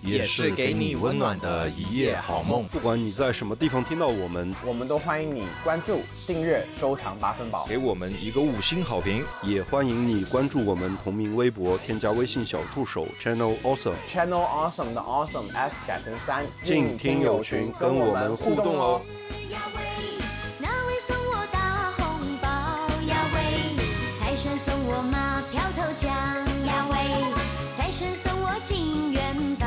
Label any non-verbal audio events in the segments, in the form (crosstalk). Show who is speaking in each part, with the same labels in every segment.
Speaker 1: 也是给你温暖的一夜好梦。
Speaker 2: 不管你在什么地方听到我们，
Speaker 3: 我们都欢迎你关注、订阅、收藏八分饱。
Speaker 1: 给我们一个五星好评，
Speaker 2: 也欢迎你关注我们同名微博，添加微信小助手 Channel Awesome。
Speaker 3: Channel Awesome 的 Awesome S 改成三，
Speaker 2: 进听友群跟我们互动哦。
Speaker 4: 喂呀喂，哪位送我大红包呀喂，财神送我马票头奖呀喂，财神送我金元宝。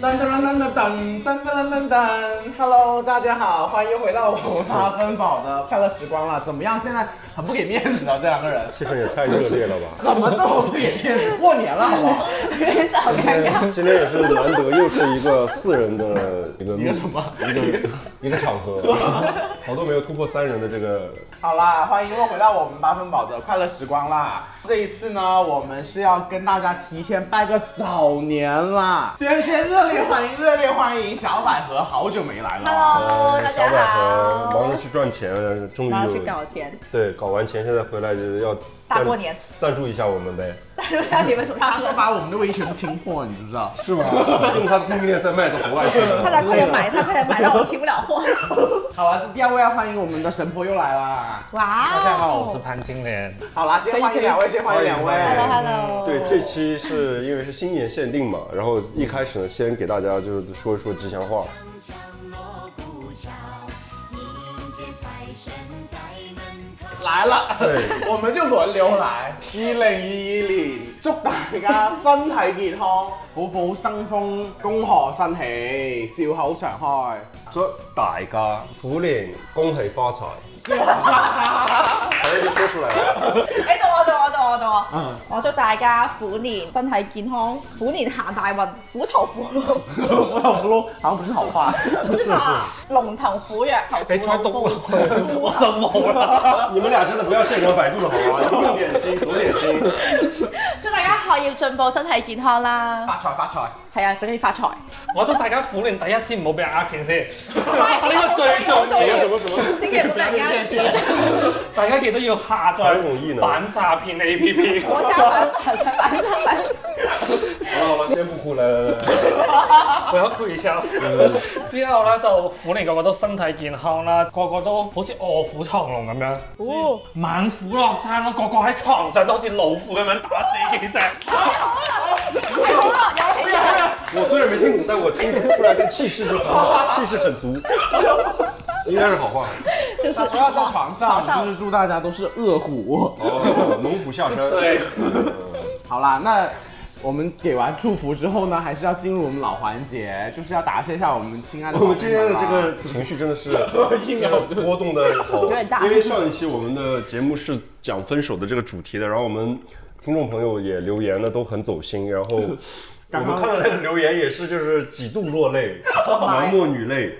Speaker 3: 当当当当当当当当当，Hello，大家好，欢迎回到我们八分饱的快乐时光了。怎么样？现在很不给面子啊，这
Speaker 1: (laughs)
Speaker 3: 两个人
Speaker 2: 气氛也太热烈了吧！
Speaker 3: 怎么这么不给面子？过年了好不好？
Speaker 5: 很少尴尬。
Speaker 2: 今天也是难得，又是一个四人的一个
Speaker 3: 一个什么
Speaker 2: 一 (laughs) 个一个场合，好多没有突破三人的这个。
Speaker 3: 好啦，欢迎又回到我们八分饱的快乐时光啦！这一次呢，我们是要跟大家提前拜个早年啦！先先热烈欢迎，热烈欢迎小百合，好久没来了啊。
Speaker 5: Hello，大哦
Speaker 2: 呃小
Speaker 5: 家
Speaker 2: 百合
Speaker 5: 好。
Speaker 2: 忙着去赚钱，终于
Speaker 5: 忙着去
Speaker 2: 有
Speaker 5: 搞钱，
Speaker 2: 对搞完钱，现在回来就要
Speaker 5: 大
Speaker 2: 赞
Speaker 5: 过年
Speaker 2: 赞助一下我们呗，
Speaker 5: 再说下你们什么
Speaker 3: 他
Speaker 5: 发
Speaker 3: 说
Speaker 5: 生。
Speaker 3: 把我们的维权清货，你知不知道？
Speaker 2: 是吗？用 (laughs) 他的供应链在卖到国外去了。
Speaker 5: 快来快点买，他快点买，让我请不了货。
Speaker 3: 好了，第二位要欢迎我们的神婆又来啦！
Speaker 5: 哇
Speaker 6: 大家好，我是潘金莲。
Speaker 3: 好啦，先欢迎两位，先欢迎两位。
Speaker 2: 欢迎 (laughs)
Speaker 5: Hello，Hello。
Speaker 2: 对，这期是因为是新年限定嘛，然后一开始呢，先给大家就是说一说吉祥话。
Speaker 4: 锵锵锣鼓敲，迎接财神在门口。
Speaker 3: 来了，
Speaker 2: 对
Speaker 3: 我们就轮流來。二零二二年，祝大家身體健康，虎虎生風，恭賀新喜，笑口常開。
Speaker 2: 祝大家虎年恭喜发财，反正就说出来了。
Speaker 5: 哎，等我，等我，等我，等我。我祝大家虎年身體健康，虎年行大運，虎頭虎腦，
Speaker 3: 我好咯，好像不是好話。
Speaker 5: 是吧？龍騰虎躍，頭
Speaker 6: 你啊猜到
Speaker 5: 虎
Speaker 6: 我， (laughs) 我就冇啦。
Speaker 2: 你们俩真的不要现场百度了好吗？右点心，左点心。
Speaker 5: 祝大家學業進步，身體健康啦。
Speaker 3: 發財發財，
Speaker 5: 係啊，最緊要發財。
Speaker 6: 我祝大家虎年第一先唔好俾人呃錢先，
Speaker 5: 喂
Speaker 6: 呢個最重要。
Speaker 5: 千祈唔好俾人呃錢。
Speaker 6: 大家記得要下
Speaker 2: 還有一種意
Speaker 6: 載
Speaker 2: 呢
Speaker 6: 反詐騙 A P P。
Speaker 5: 我想反反反反反。
Speaker 2: 好了好了，先不哭，来来来来，
Speaker 6: 我有配笑。啊之後咧就虎年個個都身體健康啦，個個都好似卧虎藏龍咁樣，
Speaker 5: 哦，
Speaker 6: 猛虎落山咯，個個喺床上都好似老虎咁樣打死幾隻。
Speaker 5: 係好啦，有喜有。
Speaker 2: 我虽然没听懂，但我听出来这气势就很好，气势很足，应该是好话。
Speaker 5: 就是
Speaker 3: 那除了在床上，
Speaker 5: 床
Speaker 3: 就是祝大家都是饿虎。
Speaker 2: 哦，猛虎下山。
Speaker 6: 對，
Speaker 3: 好啦，那我们给完祝福之後呢，還是要進入我們老環節，就是要答謝一下我們親愛的。
Speaker 2: 我们今天的这个情绪真的是
Speaker 3: 一秒
Speaker 2: 就是波动的好
Speaker 5: 有点大，
Speaker 2: 因为上一期我们的节目是讲分手的这个主题的，然后我们听众朋友也留言了，都很走心，然后我们看到那个留言也是就是几度落泪，男莫女泪，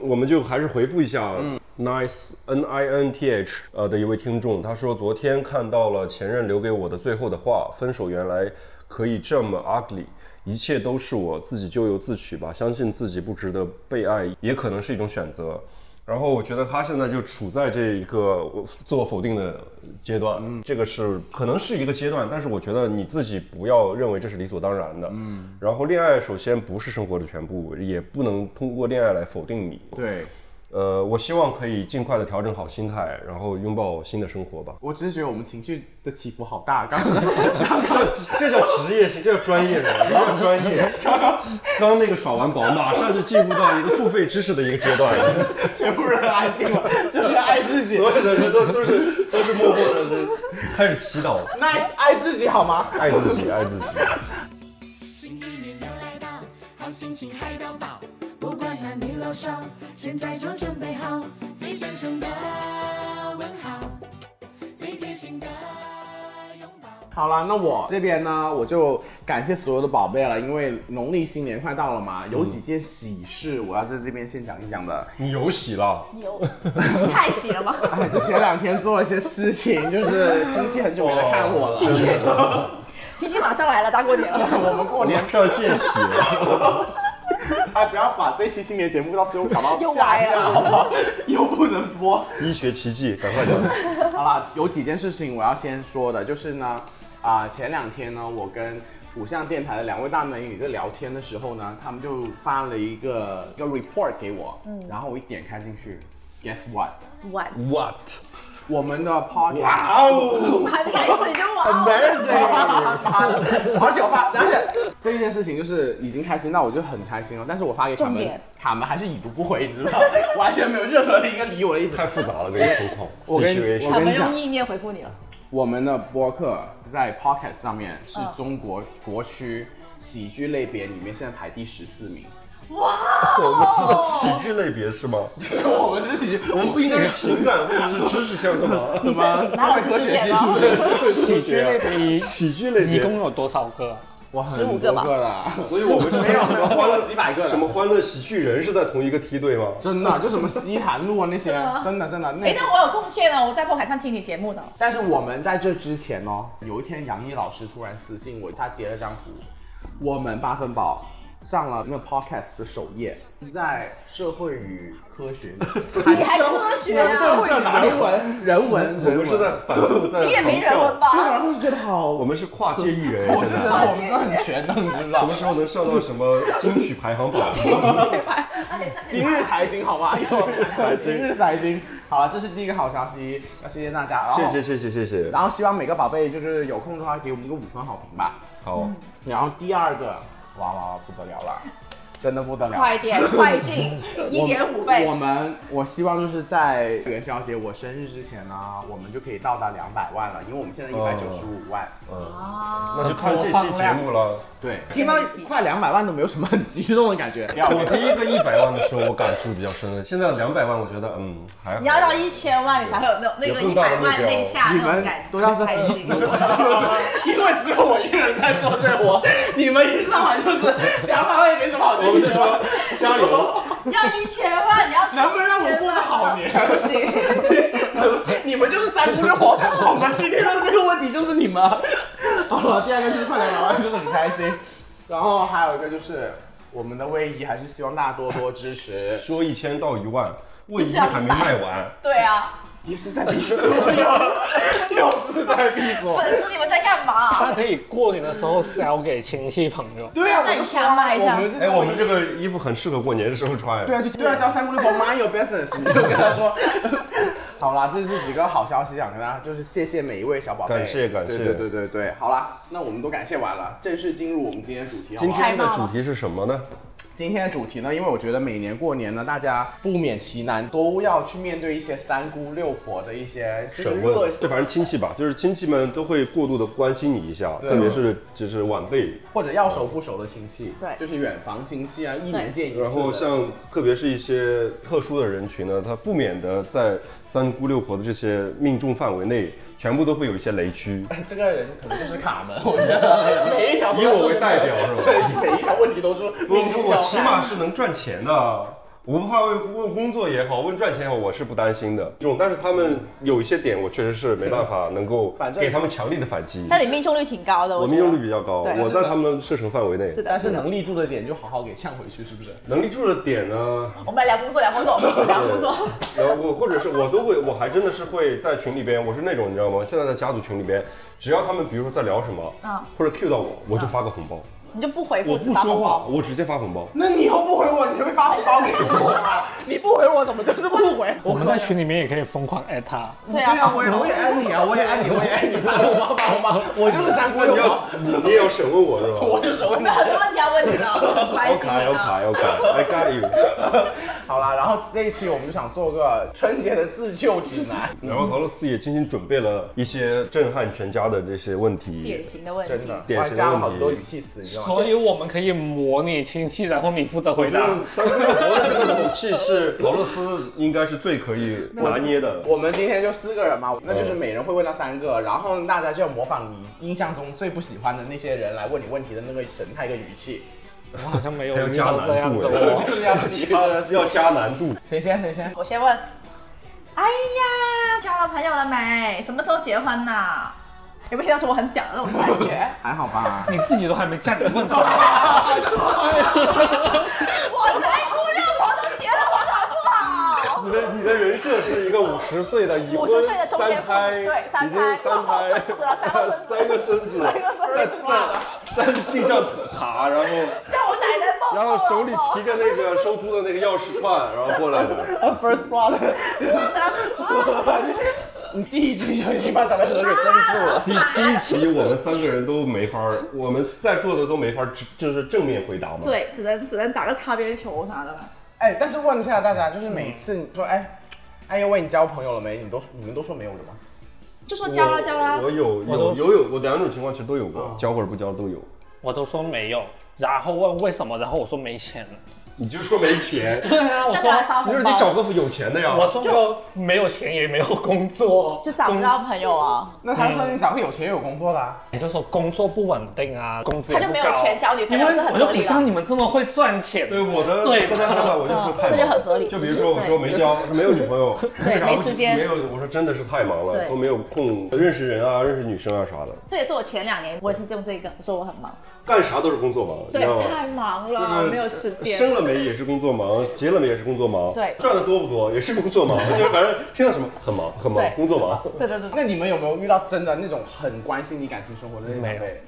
Speaker 2: 我们就还是回复一下。Nice N I N T H 呃的一位听众，他说昨天看到了前任留给我的最后的话，分手原来可以这么 ugly，一切都是我自己咎由自取吧，相信自己不值得被爱，也可能是一种选择。然后我觉得他现在就处在这一个自我否定的阶段，这个是可能是一个阶段，但是我觉得你自己不要认为这是理所当然的。嗯，然后恋爱首先不是生活的全部，也不能通过恋爱来否定你。
Speaker 3: 对。
Speaker 2: 呃，我希望可以尽快的调整好心态，然后拥抱新的生活 (laughs) 吧。
Speaker 3: 我只是觉得我们情绪的起伏好大，刚刚
Speaker 2: 这叫职业性，这叫专业人，这叫专 (laughs) 业。刚那个耍完宝，马上就进入到一个付费知识的一个阶段了。
Speaker 3: 全部人安静了，就是爱自己
Speaker 2: (laughs) 所有的人都都是都是默默的 (laughs) 开始祈祷，
Speaker 3: ，nice，爱自己好吗？
Speaker 2: 爱自己，爱自己。
Speaker 7: 新一年又来到，好心情嗨到爆，不管男女老少，现在就准备好最真诚的问好，最贴心的拥抱。
Speaker 3: 好啦，那我这边呢，我就感谢所有的宝贝了，因为农历新年快到了嘛，有几件喜事我要在这边先讲一讲的。
Speaker 2: 你有喜了，
Speaker 5: 有太喜了吗？ (laughs)
Speaker 3: 哎，就前两天做了一些事情，就是亲戚很久没来看
Speaker 5: 哦
Speaker 3: 我了，亲戚，
Speaker 5: 亲戚马上来了，大过年了，
Speaker 3: (laughs) 我们过年
Speaker 2: 马上见喜了。
Speaker 3: 哎，不要把这期新年节目到时候搞到
Speaker 5: (laughs) 又
Speaker 3: 下
Speaker 5: 歪
Speaker 3: 架，
Speaker 5: 了
Speaker 3: 好不好？又不能播。
Speaker 2: 医学奇迹，赶快讲。
Speaker 3: 好啦，有几件事情我要先说的，就是呢，啊、前两天呢，我跟五象电台的两位大美女在聊天的时候呢，他们就发了一个一个 report 给我，
Speaker 5: 嗯
Speaker 3: 然后我一点开进去，guess what？
Speaker 5: 晚
Speaker 2: What？
Speaker 3: 我们的 podcast
Speaker 2: 哦
Speaker 5: 还没开始就晚了。
Speaker 3: 而且我发，而且这件事情就是已经开心，那我就很开心了。但是我发给卡
Speaker 5: 重
Speaker 3: 门
Speaker 5: 点，
Speaker 3: 卡门还是已读不回，你知道吗， (laughs) 完全没有任何的一个理我的意思。
Speaker 2: 太复杂了，这个情况。
Speaker 3: 我跟
Speaker 2: Situation
Speaker 3: 我
Speaker 5: 他
Speaker 3: 跟
Speaker 5: 们
Speaker 3: 你
Speaker 5: 用
Speaker 3: 讲，
Speaker 5: 意念回复你了，
Speaker 3: 我们的播客在 Pocket 上面是
Speaker 5: 嗯
Speaker 3: 中国国区喜剧类别里面现在排第十四
Speaker 5: (laughs)
Speaker 3: 名。
Speaker 2: 我们是道喜剧类别是吗？
Speaker 3: 我们是喜剧，我
Speaker 2: 哦我们不应该是情感或者是知识向的吗？
Speaker 5: 你这哪有知识点
Speaker 3: 是不
Speaker 5: 吗？
Speaker 3: 是？
Speaker 6: 喜剧类别
Speaker 2: 喜剧类
Speaker 6: 一
Speaker 2: 别，
Speaker 6: 共有多少个？
Speaker 3: 我
Speaker 5: 十五个吧
Speaker 3: 了，
Speaker 2: 所以我们是
Speaker 3: 没
Speaker 2: (laughs)
Speaker 3: 有没有，
Speaker 2: 欢
Speaker 3: 花
Speaker 2: 乐
Speaker 3: 了几百个了
Speaker 2: 什么欢乐喜剧人是在同一个梯队吗？
Speaker 3: 真的，就什么西坛路啊那些，真的真的。那
Speaker 5: 哎，那我有贡献呢，我在后海上听你节目呢。
Speaker 3: 但是我们在这之前哦，有一天杨毅老师突然私信我，他截了张图，我们八分饱上了那个 podcast 的首页，在社会与科学，
Speaker 5: 你还科学啊
Speaker 3: 社会与人文，人文，
Speaker 2: 我们是在反复在。
Speaker 3: 啊
Speaker 5: 你也没人文？
Speaker 3: 那个
Speaker 5: 吧？
Speaker 3: 然后就觉得好，
Speaker 2: 我们是跨界艺人。
Speaker 3: 我就觉得我们真的很全能，你知不知
Speaker 2: 什
Speaker 3: 道
Speaker 2: 么？时候能上到什么金曲排行榜？
Speaker 3: (laughs) 今日财经好吗？ (laughs) 今日财经，好了，这是第一个好消息，要谢谢大家，然后
Speaker 2: 谢谢谢谢谢谢。
Speaker 5: 嗯
Speaker 3: 然后希望每个宝贝就是有空的话给我们个五分好评吧。
Speaker 2: 好，
Speaker 3: 然后第二个，哇哇哇不得了了，真的不得了。(laughs)
Speaker 5: 快点，快进，一
Speaker 3: 我
Speaker 5: 点五倍
Speaker 3: 我。们我希望就是在元宵节我生日之前呢，我们就可以到达两百万了，因为我们
Speaker 2: 哦
Speaker 3: 现在一百九十五万。
Speaker 2: 那就看这期节目了。
Speaker 3: 对，听到快两百万都没有什么很激动的感觉。
Speaker 2: (laughs) 我第一个一百万的时候，我感触比较深的。现在两百万，我觉得嗯还好。
Speaker 5: 你要到一千万，你才会有那种那
Speaker 2: 有
Speaker 5: 个
Speaker 2: 更
Speaker 5: 一
Speaker 2: 大的
Speaker 5: 百
Speaker 2: 目
Speaker 5: 万
Speaker 2: 标
Speaker 5: 那一下
Speaker 3: 你
Speaker 5: 那种
Speaker 3: 们
Speaker 5: 感觉，
Speaker 3: 都要在
Speaker 5: 开心。
Speaker 3: 因为只有我一人在做这活，你们一上来就是两百万也没什么好
Speaker 2: 我
Speaker 3: 追
Speaker 2: 们就
Speaker 3: 求 (laughs) 的。
Speaker 2: 说加油，
Speaker 5: 要一千万，你要超
Speaker 3: 能不能让我过个好
Speaker 5: 一
Speaker 3: 年
Speaker 5: 千万？不行，
Speaker 3: (laughs) 你们就是三姑六婆，我们今天的这个问题就是你们。 (laughs) 好了，第二个就是快点聊完，就是很开心。然后还有一个就是我们的位移，还是希望大家多多支持。
Speaker 2: 说一千到一万，卫衣还没卖完，
Speaker 5: 对啊，
Speaker 3: 也是在逼死我，又是在逼死我。
Speaker 5: 粉丝你们在干嘛？
Speaker 6: 它可以过年的时候 sell 给亲戚朋友。
Speaker 3: (laughs) 对啊，我
Speaker 5: 那
Speaker 3: 们
Speaker 5: 你
Speaker 3: 说
Speaker 5: 想
Speaker 3: 啊
Speaker 5: 买一下
Speaker 3: 我们是
Speaker 2: 哎，我们这个衣服很适合过年的时候穿。
Speaker 3: 对啊，就对啊，叫三姑六婆 mind your business，你 (laughs) 就跟他说。好啦，这是几个好消息，想跟大家就是谢谢每一位小宝贝，
Speaker 2: 感谢感谢
Speaker 3: 对对对对对，好啦，那我们都感谢完了，正式进入我们今天的主题，好
Speaker 2: 今
Speaker 3: 不好？
Speaker 2: 天的主题是什么呢？
Speaker 3: 今天的主题呢，因为我觉得每年过年呢，大家不免其难都要去面对一些三姑六婆的一些就是
Speaker 2: 审
Speaker 3: 热
Speaker 2: 问，这反正亲戚吧，就是亲戚们都会过度的关心你一下，
Speaker 3: 对哦
Speaker 2: 特别是就是晚辈，
Speaker 3: 或者要熟不熟的亲戚，
Speaker 5: 对
Speaker 3: 就是远房亲戚啊，一年见一次的。
Speaker 2: 然后像特别是一些特殊的人群呢，他不免的在三姑六婆的这些命中范围内，全部都会有一些雷区，
Speaker 3: 这个人可能就是卡门，我觉得每一条都
Speaker 2: 以我为
Speaker 3: 是
Speaker 2: 代表是吧？
Speaker 3: 对，每一条问题都说
Speaker 2: 我
Speaker 3: 命中
Speaker 2: 我
Speaker 3: 要
Speaker 2: 起
Speaker 3: 害
Speaker 2: 码是能赚钱的，我不怕为问工作也好，问赚钱也好，我是不担心的。这种，但是他们有一些点，我确实是没办法能够
Speaker 3: 反正
Speaker 2: 给他们强力的反击。
Speaker 5: 但你命中率挺高的，
Speaker 2: 我
Speaker 5: 觉
Speaker 2: 命
Speaker 5: 得
Speaker 2: 中率比较高，
Speaker 5: 对
Speaker 2: 我在他们的射程范围内。
Speaker 5: 是的，
Speaker 3: 但是能立住的点就好好给呛回去，是不是？
Speaker 2: 能力住的点呢，
Speaker 5: 我们来聊工作，聊工作，我们聊工作。
Speaker 2: 然后我或者是我都会，我还真的是会在群里边，我是那种你知道吗？现在在家族群里边，只要他们比如说在聊什么，
Speaker 5: 啊
Speaker 2: 或者 Q 到我，我就发个红包，
Speaker 5: 你就不回复，
Speaker 2: 我不
Speaker 5: 只发
Speaker 2: 说
Speaker 5: 红包
Speaker 2: 话，，我直接发红包。
Speaker 3: 那你以后不回我，你就会发红包给我啊！你不回我，怎么就是不回？
Speaker 6: 我们在群里面也可以疯狂艾他，
Speaker 5: 对
Speaker 3: 对啊
Speaker 5: 啊，，
Speaker 3: 我也我也爱你啊，我也爱你，我也爱你，发红包发红包，我就是三姑
Speaker 2: 那你
Speaker 3: 六
Speaker 2: 要
Speaker 3: 婆，
Speaker 2: 你你也要审问我是吧？
Speaker 3: 我就是我
Speaker 5: 啊我们有很多问题要问你的，很关心
Speaker 2: OK
Speaker 5: 你呢。
Speaker 2: OK OK，I got you。
Speaker 3: 好啦，然后这一期我们就想做个春节的自救指南，
Speaker 2: 然后陶乐斯也精心准备了一些震撼全家的这些问
Speaker 5: 典
Speaker 2: 题，
Speaker 5: 型的问题。
Speaker 3: 真的，
Speaker 2: 典
Speaker 3: 我还
Speaker 2: 型的
Speaker 3: 加了好
Speaker 2: 问题
Speaker 3: 多语气词，你知道吗
Speaker 6: 所？以我们可以模拟亲戚，然后你负责
Speaker 2: 我
Speaker 6: 回
Speaker 2: 觉得
Speaker 6: 答。
Speaker 2: 三个头的这个武器是陶乐斯应该是最可以拿捏的。
Speaker 3: 我们今天就四个人嘛，那
Speaker 2: 嗯
Speaker 3: 就是每人会问到三个，然后大家就模仿你印象中最不喜欢的那些人来问你问题的那个神态跟语气。
Speaker 6: 我好像没有
Speaker 2: 还要
Speaker 6: 遇
Speaker 2: 加
Speaker 6: 到这样
Speaker 2: 难度
Speaker 6: 的我。
Speaker 3: 就是要洗到的
Speaker 2: 要加难度，
Speaker 3: 谁先谁先？
Speaker 5: 我先问，哎呀，交了朋友了没？什么时候结婚呐、有没有听到说我很屌的那种感
Speaker 2: (laughs)
Speaker 5: 觉？
Speaker 3: 还好
Speaker 6: (laughs)
Speaker 3: 吧？
Speaker 6: 你自己都还没嫁，你问什么？ (laughs)
Speaker 5: 我才姑娘婆都结了婚好不好？
Speaker 2: 你的你的人设是一个五十岁的已
Speaker 5: 五
Speaker 2: 婚
Speaker 5: 十岁的中
Speaker 2: 三
Speaker 5: 间妇
Speaker 2: 胎，
Speaker 5: 女，对，
Speaker 2: 已
Speaker 5: 三
Speaker 2: 经
Speaker 5: 胎，
Speaker 2: 三胎，(laughs)
Speaker 5: 三个孙子了，
Speaker 2: 三个孙子
Speaker 5: 三个孙子，
Speaker 2: 在地上爬，然后
Speaker 5: 像我奶奶抱抱啊
Speaker 2: 然后手里
Speaker 5: 抱
Speaker 2: 提着那个收租的那个钥匙串，然后过来的。
Speaker 3: First blood，你第一句就已经把咱们合给镇住了。
Speaker 2: 第第一题，我们三个人都没法儿，我们在座的都没法儿，就是正面回答嘛。，
Speaker 5: 对，只能只能打个擦边球啥的了。
Speaker 3: 哎，但是问一下大家，就是每次你说哎，哎呀问你交朋友了没？你都你们都说没有的吗？
Speaker 5: 就说交啊啦交啦，
Speaker 2: 我啊有有有有，我两种情况其实都有过，交或者不交都有。
Speaker 6: 我都说没有，然后问为什么，然后我说没钱了。
Speaker 2: 你就说没
Speaker 5: (laughs)
Speaker 2: 钱，
Speaker 6: 对啊，我
Speaker 5: 那就来
Speaker 6: 说
Speaker 5: 发
Speaker 2: 你说
Speaker 5: 红
Speaker 2: 你
Speaker 5: 包，
Speaker 2: 找个有钱的呀。
Speaker 6: 我说过没有钱也没有工作，
Speaker 5: 就找不到朋友啊。
Speaker 3: 那他说你找个有钱有工作的、啊，
Speaker 6: 你就说工作不稳定啊，工资也
Speaker 5: 他就
Speaker 6: 不
Speaker 5: 没有
Speaker 6: 高
Speaker 5: 钱交女朋友
Speaker 6: 因为
Speaker 5: 这很
Speaker 6: 我就
Speaker 5: 合理
Speaker 6: 不
Speaker 5: 了
Speaker 6: 像你们这么会赚钱。
Speaker 2: 对我的
Speaker 6: 对
Speaker 2: 刚才说法，我就说太忙了
Speaker 5: 哦这就很合理
Speaker 2: 就比如说我说没交，没有女朋
Speaker 5: (laughs)
Speaker 2: 友，为啥
Speaker 5: 没
Speaker 2: 不
Speaker 5: 时间
Speaker 2: 没有，我说真的是太忙了，
Speaker 5: 对
Speaker 2: 都没有空认识人啊，认识女生啊啥的，
Speaker 5: 这也是我前两年，我也是用这个，我说我很忙，
Speaker 2: 干啥都是工作忙，你
Speaker 5: 对
Speaker 2: 知道，吗？
Speaker 5: 太忙
Speaker 2: 就
Speaker 5: 了，
Speaker 2: 是
Speaker 5: 没有时间。
Speaker 2: 生了没也是工作忙，结了没也是工作忙，
Speaker 5: 对
Speaker 2: 赚的多不多也是工作忙， (laughs) 就是反正听到什么很忙很忙，
Speaker 5: 对
Speaker 2: 工作忙。
Speaker 5: 对对对，对
Speaker 3: 那你们有没有遇到真的那种很关心你感情生活的那种长辈？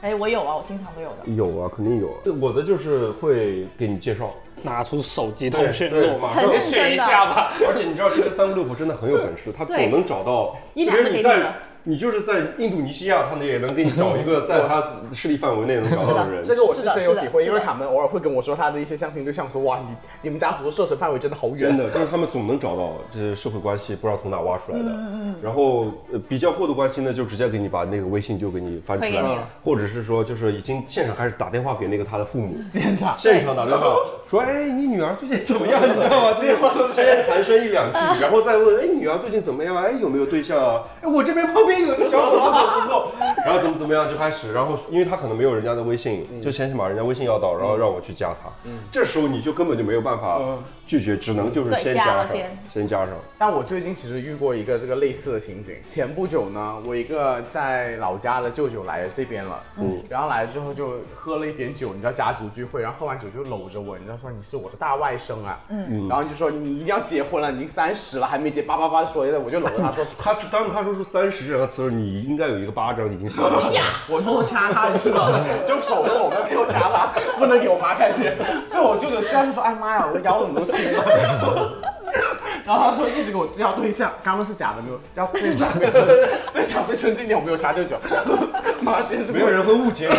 Speaker 5: 哎，我有啊，我经常都有的。
Speaker 2: 有啊，肯定有。我的就是会给你介绍，
Speaker 6: 拿出手机通讯
Speaker 2: 对
Speaker 6: 录
Speaker 2: 对，马
Speaker 5: 很
Speaker 2: 上
Speaker 5: 认
Speaker 6: 学
Speaker 5: 真
Speaker 6: 一
Speaker 5: 的，
Speaker 6: 下吧。
Speaker 2: (laughs) 而且你知道，这些三姑六婆真的很有本事，她
Speaker 5: 对
Speaker 2: 总能找到
Speaker 5: 一两个
Speaker 2: 比如
Speaker 5: 给
Speaker 2: 你
Speaker 5: 你
Speaker 2: 在
Speaker 5: 的
Speaker 2: 你就是在印度尼西亚，她们也能给你找一
Speaker 3: (laughs)
Speaker 2: 个在她势力范围内能找到的人。
Speaker 3: 这个我是
Speaker 5: 是的
Speaker 3: 深有
Speaker 5: 是的
Speaker 3: 体会，因为
Speaker 5: 是的
Speaker 3: 卡门偶尔会跟我说他的一些相亲对象，说哇，你你们家族的射程范围真的好远
Speaker 2: 真。的就是他们总能找到这些社会关系，不知道从哪挖出来
Speaker 5: 嗯
Speaker 2: 的。然后呃比较过度关系呢，就直接给你把那个微信就给你翻出
Speaker 5: 推给你
Speaker 2: 来
Speaker 5: 了，
Speaker 2: 或者是说就是已经现场开始打电话给那个他的父母，
Speaker 3: 现场
Speaker 2: 现场打电话说，哎，你女儿最近怎么样？你知道吗？这话都先寒暄一两句，
Speaker 5: 嗯
Speaker 2: 然后再问，哎，你女儿最近怎么样？哎，有没有对象啊？哎，我这边旁边有一个小伙子很不
Speaker 5: (laughs)
Speaker 2: 错，然后怎么怎么样就开始，然后因为他可能没有人家的微信，
Speaker 5: 嗯
Speaker 2: 就先去把人家微信要到，然后让我去加他。这时候你就根本就没有办法拒绝，只能就是
Speaker 5: 嗯对
Speaker 2: 先
Speaker 5: 加
Speaker 2: 加
Speaker 5: 了
Speaker 2: 上
Speaker 5: 先，
Speaker 2: 先加上。
Speaker 3: 但我最近其实遇过一个这个类似的情景。前不久呢，我一个在老家的舅舅来这边了，嗯，然后来了之后就喝了一点酒，你知道家族聚会，然后喝完酒就搂着我，你知道说你是我的大外甥啊，嗯，然后就说你一定要结婚了，你已经三十了还没结，叭叭叭说一堆，我就搂着他说，
Speaker 2: 他当他说出三十这两个词的时候，你应该有一个巴掌已经
Speaker 5: (laughs)
Speaker 2: 扇过去了。
Speaker 3: 我偷掐他，你知道吗？就手都搂着没有掐他， (laughs) 不能给我妈看见。就我舅舅当时说，哎妈呀，我腰怎么都青了。 (laughs) 然后他说一直给我要对象，刚刚是假的，没有要对象被春，对象被春，今年我没有掐舅舅。 (laughs) 妈，今天是
Speaker 2: (laughs) 没有人会误解你，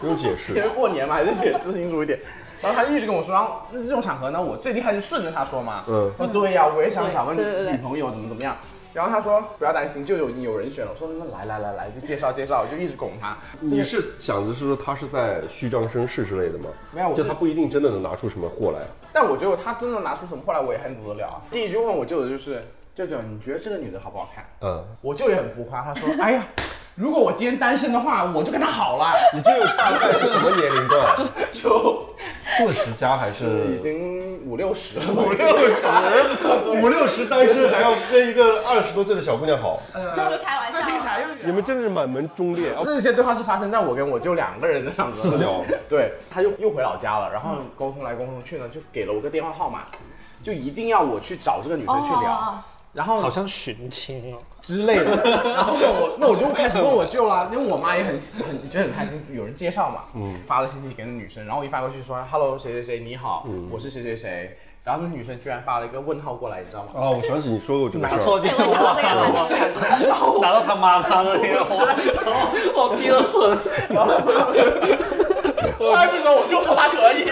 Speaker 2: 不用解
Speaker 3: 因
Speaker 2: 释。
Speaker 3: 为过年嘛，还是解释清楚一点。然后他一直跟我说，然后这种场合呢，我最厉害就顺着他说嘛。
Speaker 2: 嗯
Speaker 3: 嗯，说对呀、我也想找个
Speaker 5: 对对对对
Speaker 3: 女朋友，怎么怎么样。然后他说不要担心，舅舅已经有人选了。我说那来来来来，就介绍介绍，我就一直拱他。
Speaker 2: 你是想的是说他是在虚张声势之类的吗？
Speaker 3: 没有我
Speaker 2: 就是他不一定真的能拿出什么货来。啊
Speaker 3: 但我觉得他真的拿出什么，后来我也 handle 得了啊。第一句问我舅舅就是，舅舅你觉得这个女的好不好看？
Speaker 2: 嗯，
Speaker 3: 我舅也很浮夸，他说， (laughs) 哎呀，如果我今天单身的话，我就跟她好了。
Speaker 2: 你这个大概是什么年龄 (laughs) 段？
Speaker 3: 就
Speaker 2: 四十加还是
Speaker 3: 已经五六十了，
Speaker 2: 五六
Speaker 3: (laughs)
Speaker 2: 十？五六十单身还要跟一个二十多岁的小姑娘好？
Speaker 5: 这不是开玩笑
Speaker 3: 这听起来
Speaker 5: 啊，
Speaker 3: 又
Speaker 2: 你们真的是满门忠 (laughs) 烈啊！
Speaker 3: 这些对话是发生在我跟我舅两个人的场合
Speaker 2: 私。聊，
Speaker 3: 对，他又又回老家了，然后沟通来沟通去呢，就给了我个电话号码，就一定要我去找这个女生去聊
Speaker 5: 哦，
Speaker 3: 然后
Speaker 6: 好像寻亲哦，
Speaker 3: 之类的。然后呢，我那我就开始问我舅啦，因为我妈也很很觉得很开心，有人介绍嘛，发了信息给那女生，然后我一发过去说 “hello 谁谁谁你好，我是谁谁谁”，然后那女生居然发了一个问号过来，你知道吗？
Speaker 2: 啊，我想起你说过这个事
Speaker 6: 拿
Speaker 2: 儿。
Speaker 6: 错电
Speaker 5: 我想到
Speaker 6: 话
Speaker 5: 这个很
Speaker 6: 了， (laughs) 拿到他妈妈的
Speaker 5: (laughs)
Speaker 6: 电话，然后我逼了
Speaker 3: 哎
Speaker 6: 唇。
Speaker 3: (laughs) 他那时候我就说他可以，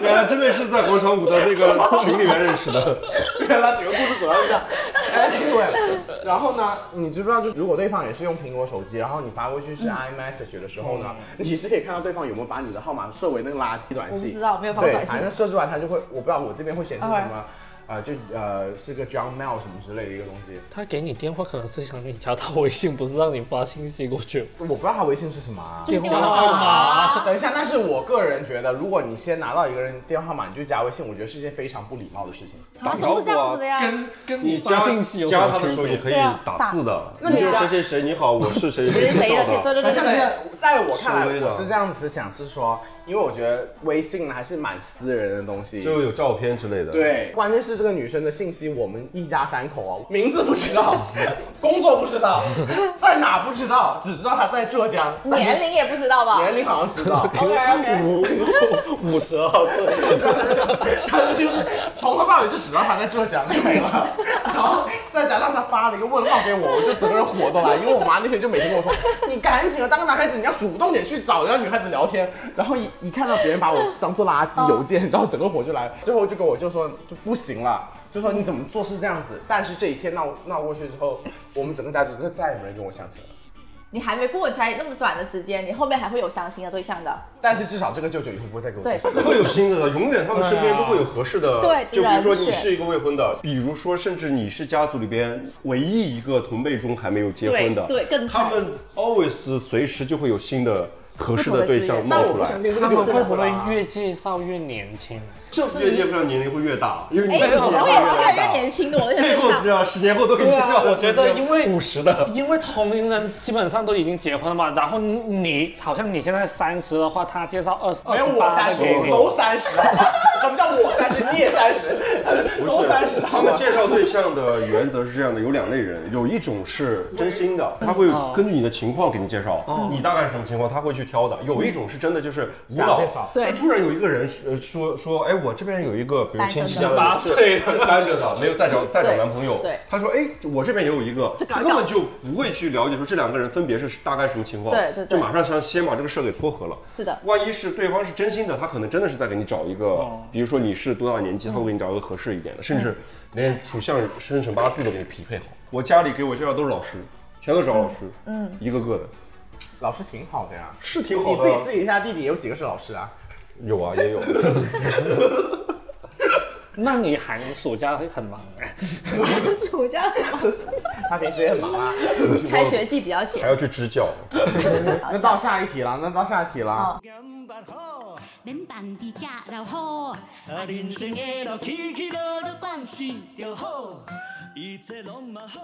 Speaker 2: 对啊，真的是在广场舞的那个群里面认识的。
Speaker 3: 原来整个故事主要是这样。Anyway，然后呢，你知不知道，就是如果对方也是用苹果手机，然后你发过去
Speaker 5: 嗯
Speaker 3: 是 iMessage 的时候呢，你是可以看到对方有没有把你的号码设为那个垃圾短信。
Speaker 5: 我不知道没有放
Speaker 3: 对
Speaker 5: 短信啊
Speaker 3: 反正设置完它就会，我不知道我这边会显示什么。呃，就呃是个 John Mail 什么之类的一个东西，
Speaker 6: 他给你电话可能是想你加他微信， (laughs) 不是让你发信息过去。
Speaker 3: 我不知道他微信是什么、啊。
Speaker 6: 电话号码，
Speaker 3: 等一下，但是我个人觉得，如果你先拿到一个人电话号码你就加微信，我觉得是件非常不礼貌的事情。
Speaker 5: 啊，都是这样子的呀。
Speaker 6: 跟跟
Speaker 2: 你
Speaker 6: 发
Speaker 2: 加
Speaker 6: 信息有什
Speaker 2: 加
Speaker 6: 么
Speaker 2: 他的时
Speaker 6: 区
Speaker 2: 候，你
Speaker 6: 别？
Speaker 2: 可以打字的，
Speaker 3: 那你
Speaker 2: 就
Speaker 3: 加
Speaker 2: 谁谁谁你好，我是谁
Speaker 5: 谁
Speaker 2: 谁
Speaker 5: 谁
Speaker 2: 谁
Speaker 5: 的？
Speaker 2: 的。
Speaker 5: 对对
Speaker 3: 等
Speaker 5: 对
Speaker 3: 一下，等一
Speaker 5: 对
Speaker 3: 下。，在我看
Speaker 2: 是微
Speaker 3: 来，
Speaker 2: 的
Speaker 3: 我是这样子想，是说，因为我觉得微信还是蛮私人的东西。
Speaker 2: 就有照片之类的。，
Speaker 3: 对，关键是这个女生的信息，我们一家三口 (laughs) 哦，名字不知道，工作不知道，在哪不知道，只知道她在浙江，
Speaker 5: 年龄也不知道吧
Speaker 3: 年龄好像知 (laughs) 道，
Speaker 5: ？OK OK，
Speaker 6: 五五十二岁，
Speaker 3: 但是就是从头到尾就只知道她在浙江就没 (laughs) 了，然后再加上她发了一个问号给我，我就整个人火都来，因为我妈那天就每天跟我说，你赶紧啊，当个男孩子你要主动点去找人家女孩子聊天，然后一一看到别人把我当做垃圾邮件，你知道整个火就来了，最后就跟我就说就不行了。就说你怎么做是这样子，但是这一切闹闹过去之后，我们整个家族就再也没人跟我相亲了。
Speaker 5: 你还没过才那么短的时间，你后面还会有相亲的对象的。
Speaker 3: 但是至少这个舅舅以后不会再给我介绍。
Speaker 2: 会有新的，永远他们身边都会有合适的。
Speaker 5: 对啊
Speaker 2: 就比如说你
Speaker 5: 对
Speaker 2: 是一个未婚的，比如说甚至你是家族里边唯一一个同辈中还没有结婚的，
Speaker 5: 对对更惨
Speaker 2: 他们 always 随时就会有新的合适的对象
Speaker 5: 不同的资源
Speaker 2: 冒
Speaker 3: 但我不相。信这个
Speaker 2: 出来
Speaker 6: 他们
Speaker 3: 舅舅
Speaker 6: 会不会越介绍越年轻？啊
Speaker 2: 越界不上年龄会越大，因为你自
Speaker 5: 哎，
Speaker 2: 己也
Speaker 5: 我
Speaker 2: 会
Speaker 5: 也是越来
Speaker 2: 大
Speaker 5: 越年轻的，我
Speaker 2: (laughs)
Speaker 5: 在
Speaker 2: 最后
Speaker 5: 想
Speaker 2: 知，道十年后都已经知道
Speaker 6: 对啊我觉得因为
Speaker 2: 五十的，
Speaker 6: 因为同龄人基本上都已经结婚了嘛，然后你好像你现在三十的话，他介绍二十，
Speaker 3: 没有我
Speaker 6: 28
Speaker 3: 三十
Speaker 6: 再给，你
Speaker 3: 都三十，好吧？什么叫我三十？你也三十，
Speaker 2: 不
Speaker 3: 都
Speaker 2: 是啊
Speaker 3: 三十，
Speaker 2: 他们介绍对象的原则是这样的，有两类人，有一种是真心的，他会根据你的情况给你介绍，你大概什么情况，他会去挑的；有一种是真的就是无脑
Speaker 3: 介绍，
Speaker 5: 对
Speaker 2: 就突然有一个人呃说说，哎，我这边有一个，比如
Speaker 5: 单身
Speaker 2: 亲
Speaker 5: 的
Speaker 2: 戚家
Speaker 6: 18
Speaker 2: 的是
Speaker 6: 岁的
Speaker 2: 是单着的，没有再找再找
Speaker 5: 对
Speaker 2: 男朋友
Speaker 5: 对，
Speaker 2: 他说，哎，我这边也有一个，
Speaker 5: 搞
Speaker 2: 他
Speaker 5: 一
Speaker 2: 根
Speaker 5: 搞
Speaker 2: 本就不会去了解说这两个人分别是大概什么情况，
Speaker 5: 对对对
Speaker 2: 就马上想先把这个事儿给撮合了。
Speaker 5: 是的，
Speaker 2: 万一是对方是真心的，他可能真的是在给你找一个，
Speaker 3: 哦
Speaker 2: 比如说你是多大年纪，他会给你找一个合适一点的，甚
Speaker 3: 嗯
Speaker 2: 至连属相、生辰八字都给你匹配好。我家里给我介绍都是老师，全都找老师，嗯，一个个的，
Speaker 3: 老师挺好的呀。
Speaker 2: 是挺好
Speaker 3: 你
Speaker 2: 的。
Speaker 3: 自己私底下弟弟也有几个是老师啊？
Speaker 2: 有啊，
Speaker 3: (laughs)
Speaker 2: 也有。
Speaker 6: 那你寒暑假会很忙哎、
Speaker 5: 暑假
Speaker 3: 他平时也很忙啊。
Speaker 5: 开学季比较
Speaker 2: 还
Speaker 5: 闲。
Speaker 2: 要去支教，
Speaker 3: 那到下一题了，那到下一题了。
Speaker 4: 免办伫遮老好，
Speaker 7: 啊，人生的路起起落落，但是就好，一切拢嘛好。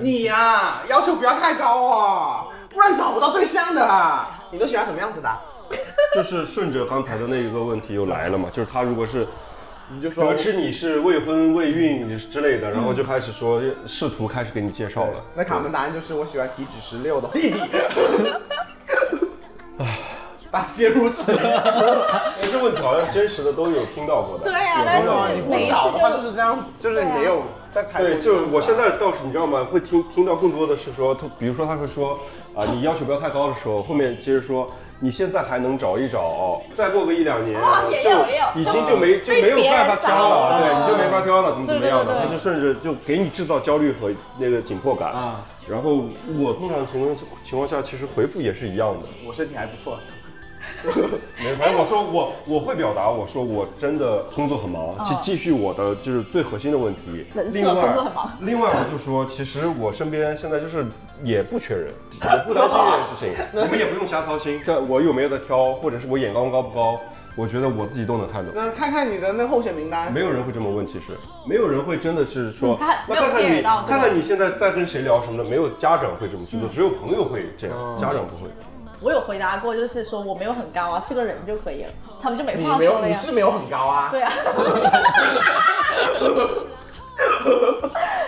Speaker 3: 你呀、要求不要太高哦，不然找不到对象的啊。你都喜欢什么样子的啊？
Speaker 2: 就是顺着刚才的那一个问题又来了嘛，就是他如果是
Speaker 3: 你就说
Speaker 2: 得知你是未婚未孕之类的，然后就开始说试图开始给你介绍了。
Speaker 3: 那卡门答案就是我喜欢体脂十六的弟
Speaker 2: (laughs)
Speaker 3: 弟。大蟹如
Speaker 2: (laughs)
Speaker 3: 纸。
Speaker 2: 其实这问题好像真实的都有听到过的，
Speaker 5: 对啊
Speaker 2: 有
Speaker 5: 但是
Speaker 2: 都有
Speaker 5: 你
Speaker 2: 听过
Speaker 5: 每一次啊
Speaker 3: 找的话就是这样子，就是你没有在开拓
Speaker 2: 对，
Speaker 3: 这个
Speaker 2: 就是我现在倒是你知道吗？会听听到更多的是说，他比如说他会说啊、你要求不要太高的时候，后面接着说你现在还能找一找，再过个一两年，
Speaker 5: 哦也
Speaker 2: 就
Speaker 5: 有也有
Speaker 2: 已经就没就没有办法挑了，
Speaker 5: 被别
Speaker 2: 对，
Speaker 5: 人找了
Speaker 2: 你就没法挑了，怎么
Speaker 5: 对
Speaker 2: 怎么样
Speaker 5: 对
Speaker 2: 的，
Speaker 5: 对
Speaker 2: 他就甚至就给你制造焦虑和那个紧迫感。
Speaker 3: 啊，
Speaker 2: 然后我通常情况情况下，其实回复也是一样的。
Speaker 3: 我身体还不错。
Speaker 2: 没，反正哎我说我我会表达，我说我真的工作很忙，去继续我的就是最核心的问题。
Speaker 5: 人设
Speaker 2: 另外
Speaker 5: 工作很忙
Speaker 2: 另外我就说，其实我身边现在就是也不缺人，也不担心这件事情，你们也不用瞎操心。看我有没有在挑，或者是我眼光高不高，我觉得我自己都能看懂。
Speaker 3: 那看看你的那候选名单。
Speaker 2: 没有人会这么问，其实没有人会真的是说，
Speaker 5: 嗯他
Speaker 2: 那
Speaker 5: 没有
Speaker 2: 看看
Speaker 5: care
Speaker 2: 你
Speaker 5: 到这个
Speaker 2: 看看你现在在跟谁聊什么的，没有家长会这么去做，只有朋友会这样，家长不会。
Speaker 5: 我有回答过，就是说我没有很高啊，是个人就可以了，他们就没
Speaker 3: 你
Speaker 5: 话
Speaker 3: 没
Speaker 5: 说
Speaker 3: 有，
Speaker 5: 了
Speaker 3: 你
Speaker 5: 呀。
Speaker 3: 是没有很高啊。
Speaker 5: 对啊， (laughs)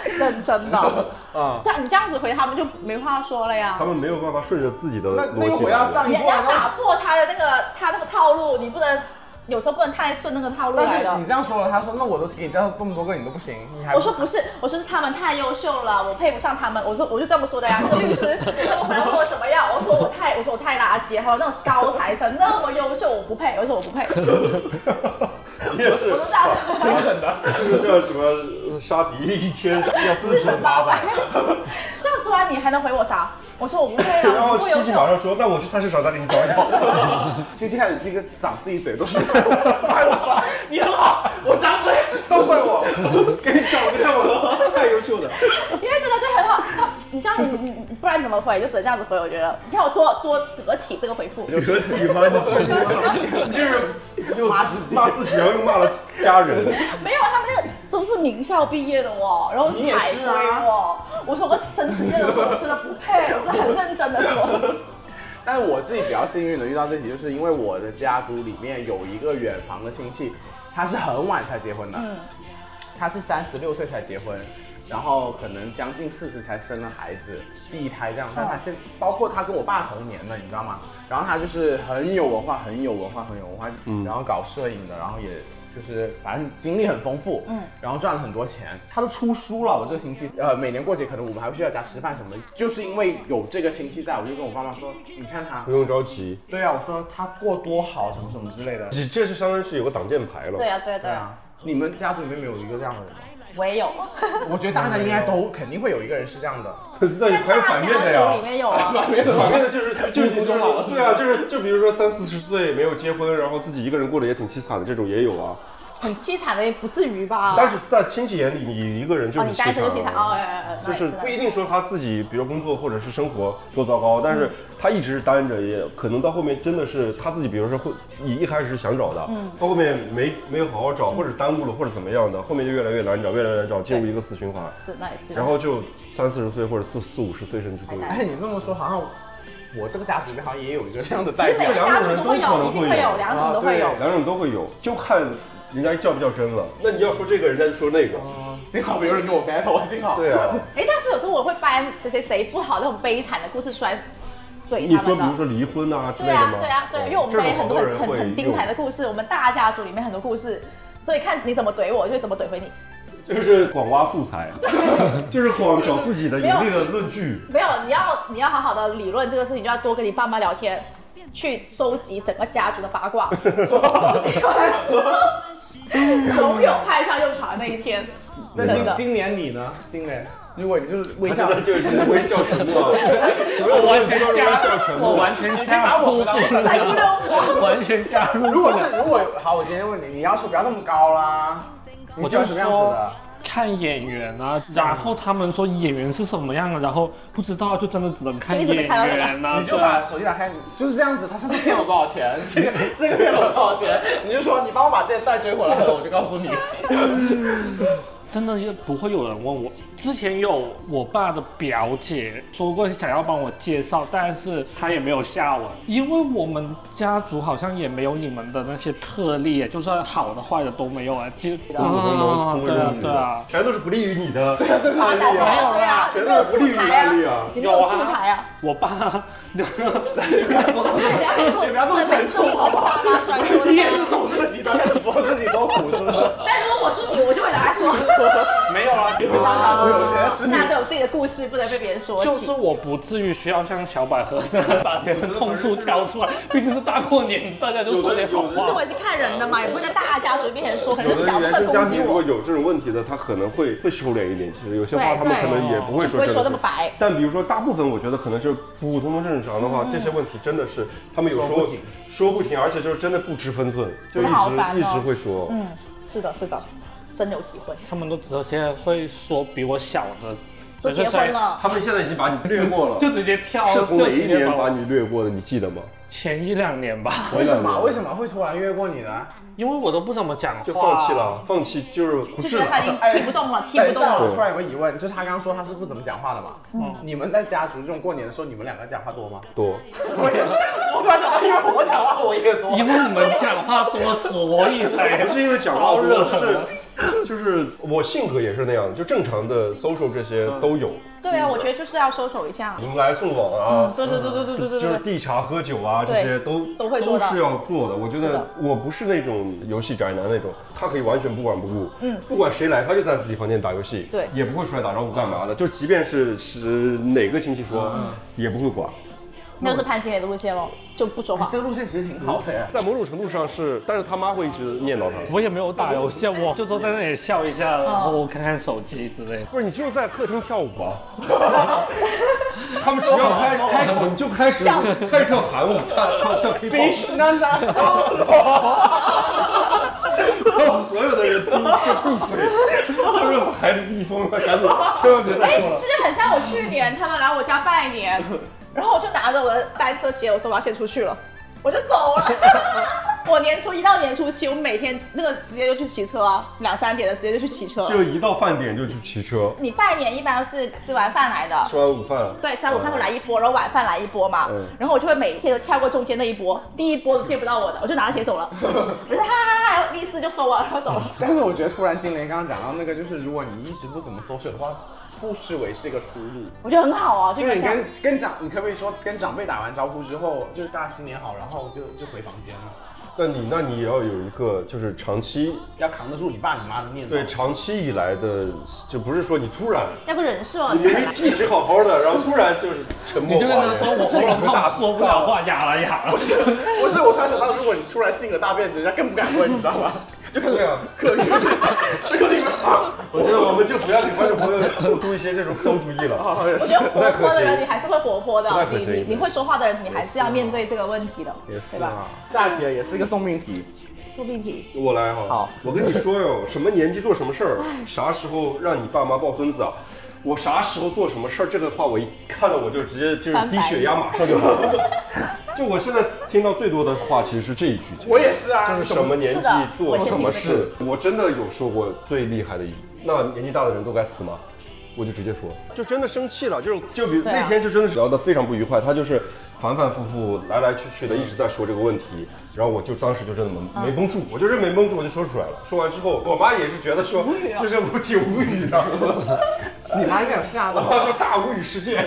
Speaker 5: 认真的。
Speaker 3: (laughs) 啊，
Speaker 5: 像你这样子回他们就没话说了呀
Speaker 2: 他。们没有办法顺着自己的
Speaker 3: 那
Speaker 2: 逻
Speaker 3: 那
Speaker 2: 辑
Speaker 3: 又
Speaker 2: 来。
Speaker 3: 回到上一
Speaker 5: 你要
Speaker 3: 步
Speaker 5: 你要
Speaker 3: 啊。
Speaker 5: 打破他的那个他那个套路，你不能有时候不能太顺那个套路
Speaker 3: 但
Speaker 5: 来
Speaker 3: 是
Speaker 5: 的
Speaker 3: 你。这样说了，他说那我都给你介绍这么多个，你都不行，你还
Speaker 5: 我说不是，我说是他们太优秀了，我配不上他们。我说我就这么说的呀。那个律
Speaker 3: (laughs)
Speaker 5: 师他们回来问我怎么样，我说我太
Speaker 3: (laughs)
Speaker 5: 我说我太垃圾，还有那种高材生那么优秀，我不配。我说我不配。
Speaker 2: 你也是
Speaker 5: 我，都大了。
Speaker 3: 挺狠的。
Speaker 2: 这个叫什么？杀敌一千，要自损八百。
Speaker 5: (laughs) 这样说完你还能回我啥？我说我不会啊，
Speaker 2: 然后
Speaker 5: 我不
Speaker 2: 七
Speaker 5: 优
Speaker 2: 七
Speaker 5: 秀
Speaker 2: 马。上说：“那我去菜市场再给你找一找。
Speaker 3: 亲戚开始这个长自己嘴都是， (laughs) 怪我说你很好，我长嘴 (laughs) 都怪我，给你找个这么太优
Speaker 5: (laughs)
Speaker 3: 秀的。
Speaker 5: 因为真的就很好，他你知道你你你不然怎么回？就只能这样子回。我觉得你看我多多得体这个回
Speaker 2: (laughs)
Speaker 5: 复”，
Speaker 2: 你和自己吗？你就是又骂自己，骂自己，然后又骂了家人。
Speaker 5: 没有他们那个都是名校毕业的哦，然后是
Speaker 3: 你也
Speaker 5: 海
Speaker 3: 是
Speaker 5: 归
Speaker 3: 啊
Speaker 5: 哦。我说我真实认的说，我真的不配，我是很认真
Speaker 2: (laughs)
Speaker 5: 的说。
Speaker 3: 但是我自己比较幸运的遇到这题，就是因为我的家族里面有一个远房的亲戚，他是很晚才结婚的，
Speaker 5: 嗯
Speaker 3: 他是三十六岁才结婚，然后可能将近四十才生了孩子，第一胎这样。但他现包括他跟我爸同年的，你知道吗？然后他就是很有文化，很有文化，很有文化，然后搞摄影的，然后也。就是反正经历很丰富，嗯，然后赚了很多钱，他都出书了。我这个亲戚，呃，每年过节可能我们还会去他家吃饭什么的，就是因为有这个亲戚在，我就跟我爸妈说，你看他，
Speaker 2: 不用着急，
Speaker 3: 对啊，我说他过多好，什么什么之类的。
Speaker 2: 你这是相当于是有个挡箭牌了。
Speaker 5: 对呀、啊、对呀、啊、
Speaker 3: 对
Speaker 5: 对呀、
Speaker 3: 啊，你们家族里面没有一个这样的人吗？
Speaker 5: 我也有，
Speaker 3: 我觉得大家应该都肯定会有一个人是这样的。
Speaker 2: 那你还有反面的呀
Speaker 5: 大家族里？面有啊。
Speaker 2: 反面的就是
Speaker 5: (laughs)
Speaker 2: 就是你就是对啊，就是就比如说三四十岁没有结婚，然后自己一个人过得也挺凄惨的，这种也有啊。
Speaker 5: 很凄惨的，也不至于吧？
Speaker 2: 但是在亲戚眼里，你一个人就
Speaker 5: 哦，
Speaker 2: 是
Speaker 5: 你单身就
Speaker 2: 凄
Speaker 5: 凄惨
Speaker 2: 惨
Speaker 5: 哦，
Speaker 2: 啊。
Speaker 5: 哎哎哎
Speaker 2: 就
Speaker 5: 那
Speaker 2: 是
Speaker 5: 也
Speaker 2: 不一
Speaker 5: 的
Speaker 2: 定说他自己，比如工作或者是生活多糟糕，但
Speaker 5: 嗯
Speaker 2: 是他一直是单着，也可能到后面真的是他自己，比如说会你一开始是想找的，
Speaker 5: 嗯
Speaker 2: 到后面没没有好好找，或者耽误了，或者怎么样的，后面就越来越难找，越来越难找，进入一个死循环，
Speaker 5: 是那也是。
Speaker 2: 然后就三四十岁或者四四五十岁甚至都有。
Speaker 3: 哎，你这么说好像我这个家族里面好像也有一个这样的
Speaker 5: 其
Speaker 3: 代
Speaker 5: 实每
Speaker 3: 表
Speaker 5: 个。家族都会有，一定会有，两种
Speaker 2: 啊
Speaker 5: 都会有
Speaker 2: 对。两种都会有，就看人家较不较真了。那你要说这个，人家就说那个。
Speaker 3: 哦幸好没有人跟我 battle，幸好。
Speaker 2: 对啊，
Speaker 5: 哎，但是有时候我会搬谁谁谁不好那种悲惨的故事出来怼
Speaker 2: 你
Speaker 5: 他
Speaker 2: 说
Speaker 5: 们
Speaker 2: 比如说
Speaker 5: 的。
Speaker 2: 离婚啊之类
Speaker 5: 对
Speaker 2: 的
Speaker 5: 啊
Speaker 2: 吗？，
Speaker 5: 对啊，对，因为我们
Speaker 2: 这
Speaker 5: 家
Speaker 2: 种
Speaker 5: 也很
Speaker 2: 好
Speaker 5: 多
Speaker 2: 多
Speaker 5: 很
Speaker 2: 人
Speaker 5: 很
Speaker 2: 会
Speaker 5: 很精彩的故事，我们大家族里面很多故事，所以看你怎么怼我，就会怎么怼回你。
Speaker 2: 用，就是广挖素
Speaker 5: (laughs)
Speaker 2: 材，就是广找自己的有力的论据。
Speaker 5: 没有，你要你要好好的理论这个事情，就要多跟你爸妈聊天，去收集整个家族的
Speaker 2: (laughs)
Speaker 5: 八卦，收集完之后，总有派上用场的 (laughs) 那一
Speaker 2: (laughs)
Speaker 5: 天。
Speaker 3: 那
Speaker 5: 真
Speaker 3: 今
Speaker 5: 的
Speaker 3: 今年你呢？今年如果你就是微
Speaker 2: 现
Speaker 3: 笑，
Speaker 2: (laughs) 在就只能微笑沉默，啊
Speaker 5: (laughs)
Speaker 6: 我完全
Speaker 2: 微
Speaker 6: 加
Speaker 2: 笑沉
Speaker 6: (laughs) 我
Speaker 2: 默。啊
Speaker 6: 完全加入，
Speaker 5: 在不了我。
Speaker 6: 完全加入。
Speaker 3: 如果是如果好，我今天问你，你要求不要那么高啦。你
Speaker 6: 我
Speaker 3: 喜
Speaker 6: 就
Speaker 3: 欢什么样子
Speaker 6: 说
Speaker 3: 的？
Speaker 6: 看演员啊，然后他们说演员是什么样的，然后不知道就真的只能看
Speaker 5: 就一
Speaker 6: 演
Speaker 5: 直没看到人啊
Speaker 6: 员呐、啊，
Speaker 3: 你就
Speaker 6: 对
Speaker 3: 把
Speaker 6: 啊。
Speaker 3: 手机打开，就是这样子。他上次骗我多少
Speaker 5: (laughs)
Speaker 3: 钱？这个这个骗了我多少钱？你就说你帮我把这些债追回来，我就告诉你。
Speaker 6: 真的也不会有人问我。之前有我爸的表姐说过想要帮我介绍，但是她也没有下文，因为我们家族好像也没有你们的那些特例，就算好的坏的都没有啊，就啊，对啊对啊。
Speaker 2: 全都是不利于你
Speaker 5: (laughs)
Speaker 2: 的，全
Speaker 3: 这
Speaker 5: 发展啊，对啊，你
Speaker 2: 都
Speaker 5: 没有
Speaker 2: 是不利于
Speaker 5: 素
Speaker 2: 你的
Speaker 5: 材
Speaker 2: 案例
Speaker 5: 啊，
Speaker 2: 啊。
Speaker 5: 你没有素材啊。
Speaker 6: 我爸，
Speaker 3: 不要说到这个
Speaker 5: 你
Speaker 3: 你不要这么沉重好不好？
Speaker 5: 拿出来说的
Speaker 3: 你也是从那个极端开始说自己多苦，是不是？
Speaker 5: (laughs) 但如果我是你，我就会拿来说。
Speaker 6: 没有啊，
Speaker 3: 因为大家都有些事
Speaker 5: 大家
Speaker 3: 情，
Speaker 5: 都有自己的故事，不能被别人说起。
Speaker 6: 就是我不至于需要像小百合那样把别人痛处挑出来，毕竟是大过年，大家就说点好
Speaker 2: 有的有的
Speaker 5: 不是，
Speaker 6: 话。
Speaker 5: 我也是看人的嘛，也不会在大家族面前说，可
Speaker 2: 有
Speaker 5: 能就
Speaker 2: 的
Speaker 5: 小部
Speaker 2: 原
Speaker 5: 分
Speaker 2: 生
Speaker 5: 攻
Speaker 2: 家
Speaker 5: 击
Speaker 2: 庭如果
Speaker 5: 我，
Speaker 2: 有这种问题的，他可能会会收敛一点。其实有些话
Speaker 5: 对
Speaker 2: 他们
Speaker 5: 对
Speaker 2: 可能也不会
Speaker 5: 就
Speaker 2: 说
Speaker 5: 不会
Speaker 2: 真的
Speaker 5: 说那么白。
Speaker 2: 但比如说，大部分我觉得可能是普普通通正常的话，这些问题真的是他们有时
Speaker 3: 说
Speaker 2: 候
Speaker 3: 不停
Speaker 2: 说不停，而且就是真的不知分寸，就
Speaker 5: 真
Speaker 2: 一
Speaker 5: 的
Speaker 2: 直、
Speaker 5: 好烦哦
Speaker 2: 一直会说。
Speaker 5: 嗯，是的，是的，深有体会。
Speaker 6: 他们都直接会说比我小的，
Speaker 5: 都结婚了，
Speaker 2: 他们现在已经把你略过了，
Speaker 6: 就直接跳，
Speaker 2: 是从哪一年把
Speaker 6: 把
Speaker 2: 你略过的？你记得吗？
Speaker 6: 前一两年吧，
Speaker 3: (laughs) 为什么为什么会突然越过你呢？
Speaker 6: (laughs) 因为我都不怎么讲话，
Speaker 2: 就放弃了，放弃就是不
Speaker 5: 就觉
Speaker 2: 治
Speaker 5: 得他已
Speaker 2: 了。
Speaker 5: 经踢不动了，踢
Speaker 3: 等
Speaker 5: 不
Speaker 3: 一
Speaker 5: 动
Speaker 3: 下，
Speaker 5: 了。
Speaker 3: 我突然有个疑问，就是他刚刚说他是不怎么讲话的嘛？
Speaker 5: 嗯
Speaker 3: 你们在家族这种过年的时候，你们两个讲话多吗？
Speaker 2: 多，
Speaker 3: 我也，啊我突然想到，因为我讲话我也多。
Speaker 6: 因为你们讲话多，所以才
Speaker 2: 不是因为讲话多，
Speaker 6: 招惹
Speaker 2: 就是就是我性格也是那样，就正常的 social 这些都有，
Speaker 5: 对啊，我觉得就是要收手一下。
Speaker 2: 迎来送往啊，
Speaker 5: 对对对对对对对
Speaker 2: 就是
Speaker 5: 对。
Speaker 2: 递茶喝酒啊，这
Speaker 5: 对
Speaker 2: 些都
Speaker 5: 都会做的
Speaker 2: 是要做的。我觉
Speaker 5: 是
Speaker 2: 得
Speaker 5: 的
Speaker 2: 我不是那种游戏宅男那种，他可以完全不管不顾，
Speaker 5: 嗯
Speaker 2: 不管谁来，他就在自己房间打游戏，
Speaker 5: 对
Speaker 2: 也不会出来打招呼干嘛的。就即便是是哪个亲戚说，也不会管。
Speaker 5: 那就是潘金莲的路线喽，就不说话。
Speaker 3: 这个路线其实挺好的耶。
Speaker 2: 在某种程度上是，但是他妈会一直念叨他。
Speaker 6: (laughs) 我也没有打游戏，我就坐在那里笑一下，然后看看手机之类的。
Speaker 2: 不是，你就在客厅跳舞
Speaker 5: (laughs)
Speaker 2: 啊。他们只要开开口，你就开始开始跳韩舞，跳跳跳 K-pop，
Speaker 3: 那那
Speaker 2: 然后所有的人 (laughs) 听就闭嘴，他说我孩子逆风了，赶紧千万别再
Speaker 5: 哎
Speaker 2: 说了，。
Speaker 5: 这就很像我去年他们来我家拜
Speaker 2: (laughs)
Speaker 5: 年，然后我就拿着我的单车鞋，我说我要先出去了，我就走了。
Speaker 2: (laughs)
Speaker 5: 我年初一到年初七，我每天那个时间就去骑车啊，两三点的时间就去骑车。
Speaker 2: 就一到饭点就去骑车，
Speaker 5: 你拜年一般都是吃完饭来的，
Speaker 2: 吃完午饭，
Speaker 5: 对，三午饭会来一波，然后晚饭来一波嘛。
Speaker 2: 嗯
Speaker 5: 然后我就会每天都跳过中间那一波，第一波都见不到我的，我就拿着
Speaker 2: (laughs)
Speaker 5: 鞋走了。我就哈哈哈，然后意思就收完，然后走了。
Speaker 3: 但是我觉得突然金莲刚刚讲到那个，就是如果你一直不怎么搜索的话，不失为是一个出路。
Speaker 5: 我觉得很好啊，就
Speaker 3: 就是
Speaker 5: 是
Speaker 3: 你
Speaker 5: 这样
Speaker 3: 跟跟长，你可不可以说跟长辈打完招呼之后，就是大家新年好，然后就就回房间了，
Speaker 2: 但你那你也要有一个就是长期
Speaker 3: 要扛得住你爸你妈的面子。
Speaker 2: 对长期以来的，就不是说你突 (laughs) 然
Speaker 5: 要不啊人设
Speaker 2: 你
Speaker 5: 你
Speaker 2: 明
Speaker 5: 很
Speaker 2: 明
Speaker 5: 难
Speaker 2: 记是好好的，然后突然就是沉
Speaker 6: 你
Speaker 2: 默
Speaker 6: 就跟
Speaker 2: 寡
Speaker 6: 他说
Speaker 2: 言，
Speaker 6: 我喉咙痛，说不了话，哑了哑了。
Speaker 3: 不是，我突然想到，如果你突然性格大变，人家更不敢问，你知道吗？就开始
Speaker 2: 对
Speaker 5: (laughs)
Speaker 2: 啊
Speaker 3: 客语，这个你们啊，
Speaker 2: 我觉得我们就不要给观众朋友露出一些这种馊主意了。
Speaker 3: 好也
Speaker 5: 我
Speaker 3: 是
Speaker 5: 觉得
Speaker 2: 不太
Speaker 5: 活泼
Speaker 2: 可
Speaker 5: 的人，
Speaker 2: 行
Speaker 5: 你还是会活泼的
Speaker 2: 不太。可
Speaker 5: 你
Speaker 2: 行
Speaker 5: 你你会说话的人，你还是要
Speaker 2: 也是啊
Speaker 5: 面对这个问题的，
Speaker 2: 啊
Speaker 5: 对吧？，
Speaker 3: (laughs) 下一题了也是一个送命题，
Speaker 5: 速必题，
Speaker 2: 我来哈。
Speaker 3: 好
Speaker 2: 我跟你说
Speaker 5: (laughs)
Speaker 2: 哟，什么年纪做什么事儿，
Speaker 5: 哎
Speaker 2: 啥时候让你爸妈抱孙子啊？我啥时候做什么事儿，这个话我一看到我就直接就是
Speaker 5: 翻白
Speaker 2: 低
Speaker 5: 眼
Speaker 2: 血压马上就好。 (laughs) 就我现在听到最多的话其实是这一句。
Speaker 3: 我也是啊，
Speaker 2: 就是什么年
Speaker 5: 是
Speaker 2: 纪
Speaker 5: 的
Speaker 2: 做
Speaker 5: 我先
Speaker 2: 什么
Speaker 5: 听
Speaker 2: 事，我真的有说过最厉害的一句，那年纪大的人都该死吗？我就直接说，就真的生气了，就是就比、
Speaker 5: 对啊
Speaker 2: 那天就真的是聊得非常不愉快，他就是反反复复来来去去的一直在说这个问题，然后我就当时就真的没没绷住，我就真没绷住，我就说出来了。说完之后，我妈也是觉得说这是我挺无语的，
Speaker 3: (laughs) 你妈应该有吓
Speaker 2: 我
Speaker 3: 到。
Speaker 2: 妈说大无语世界，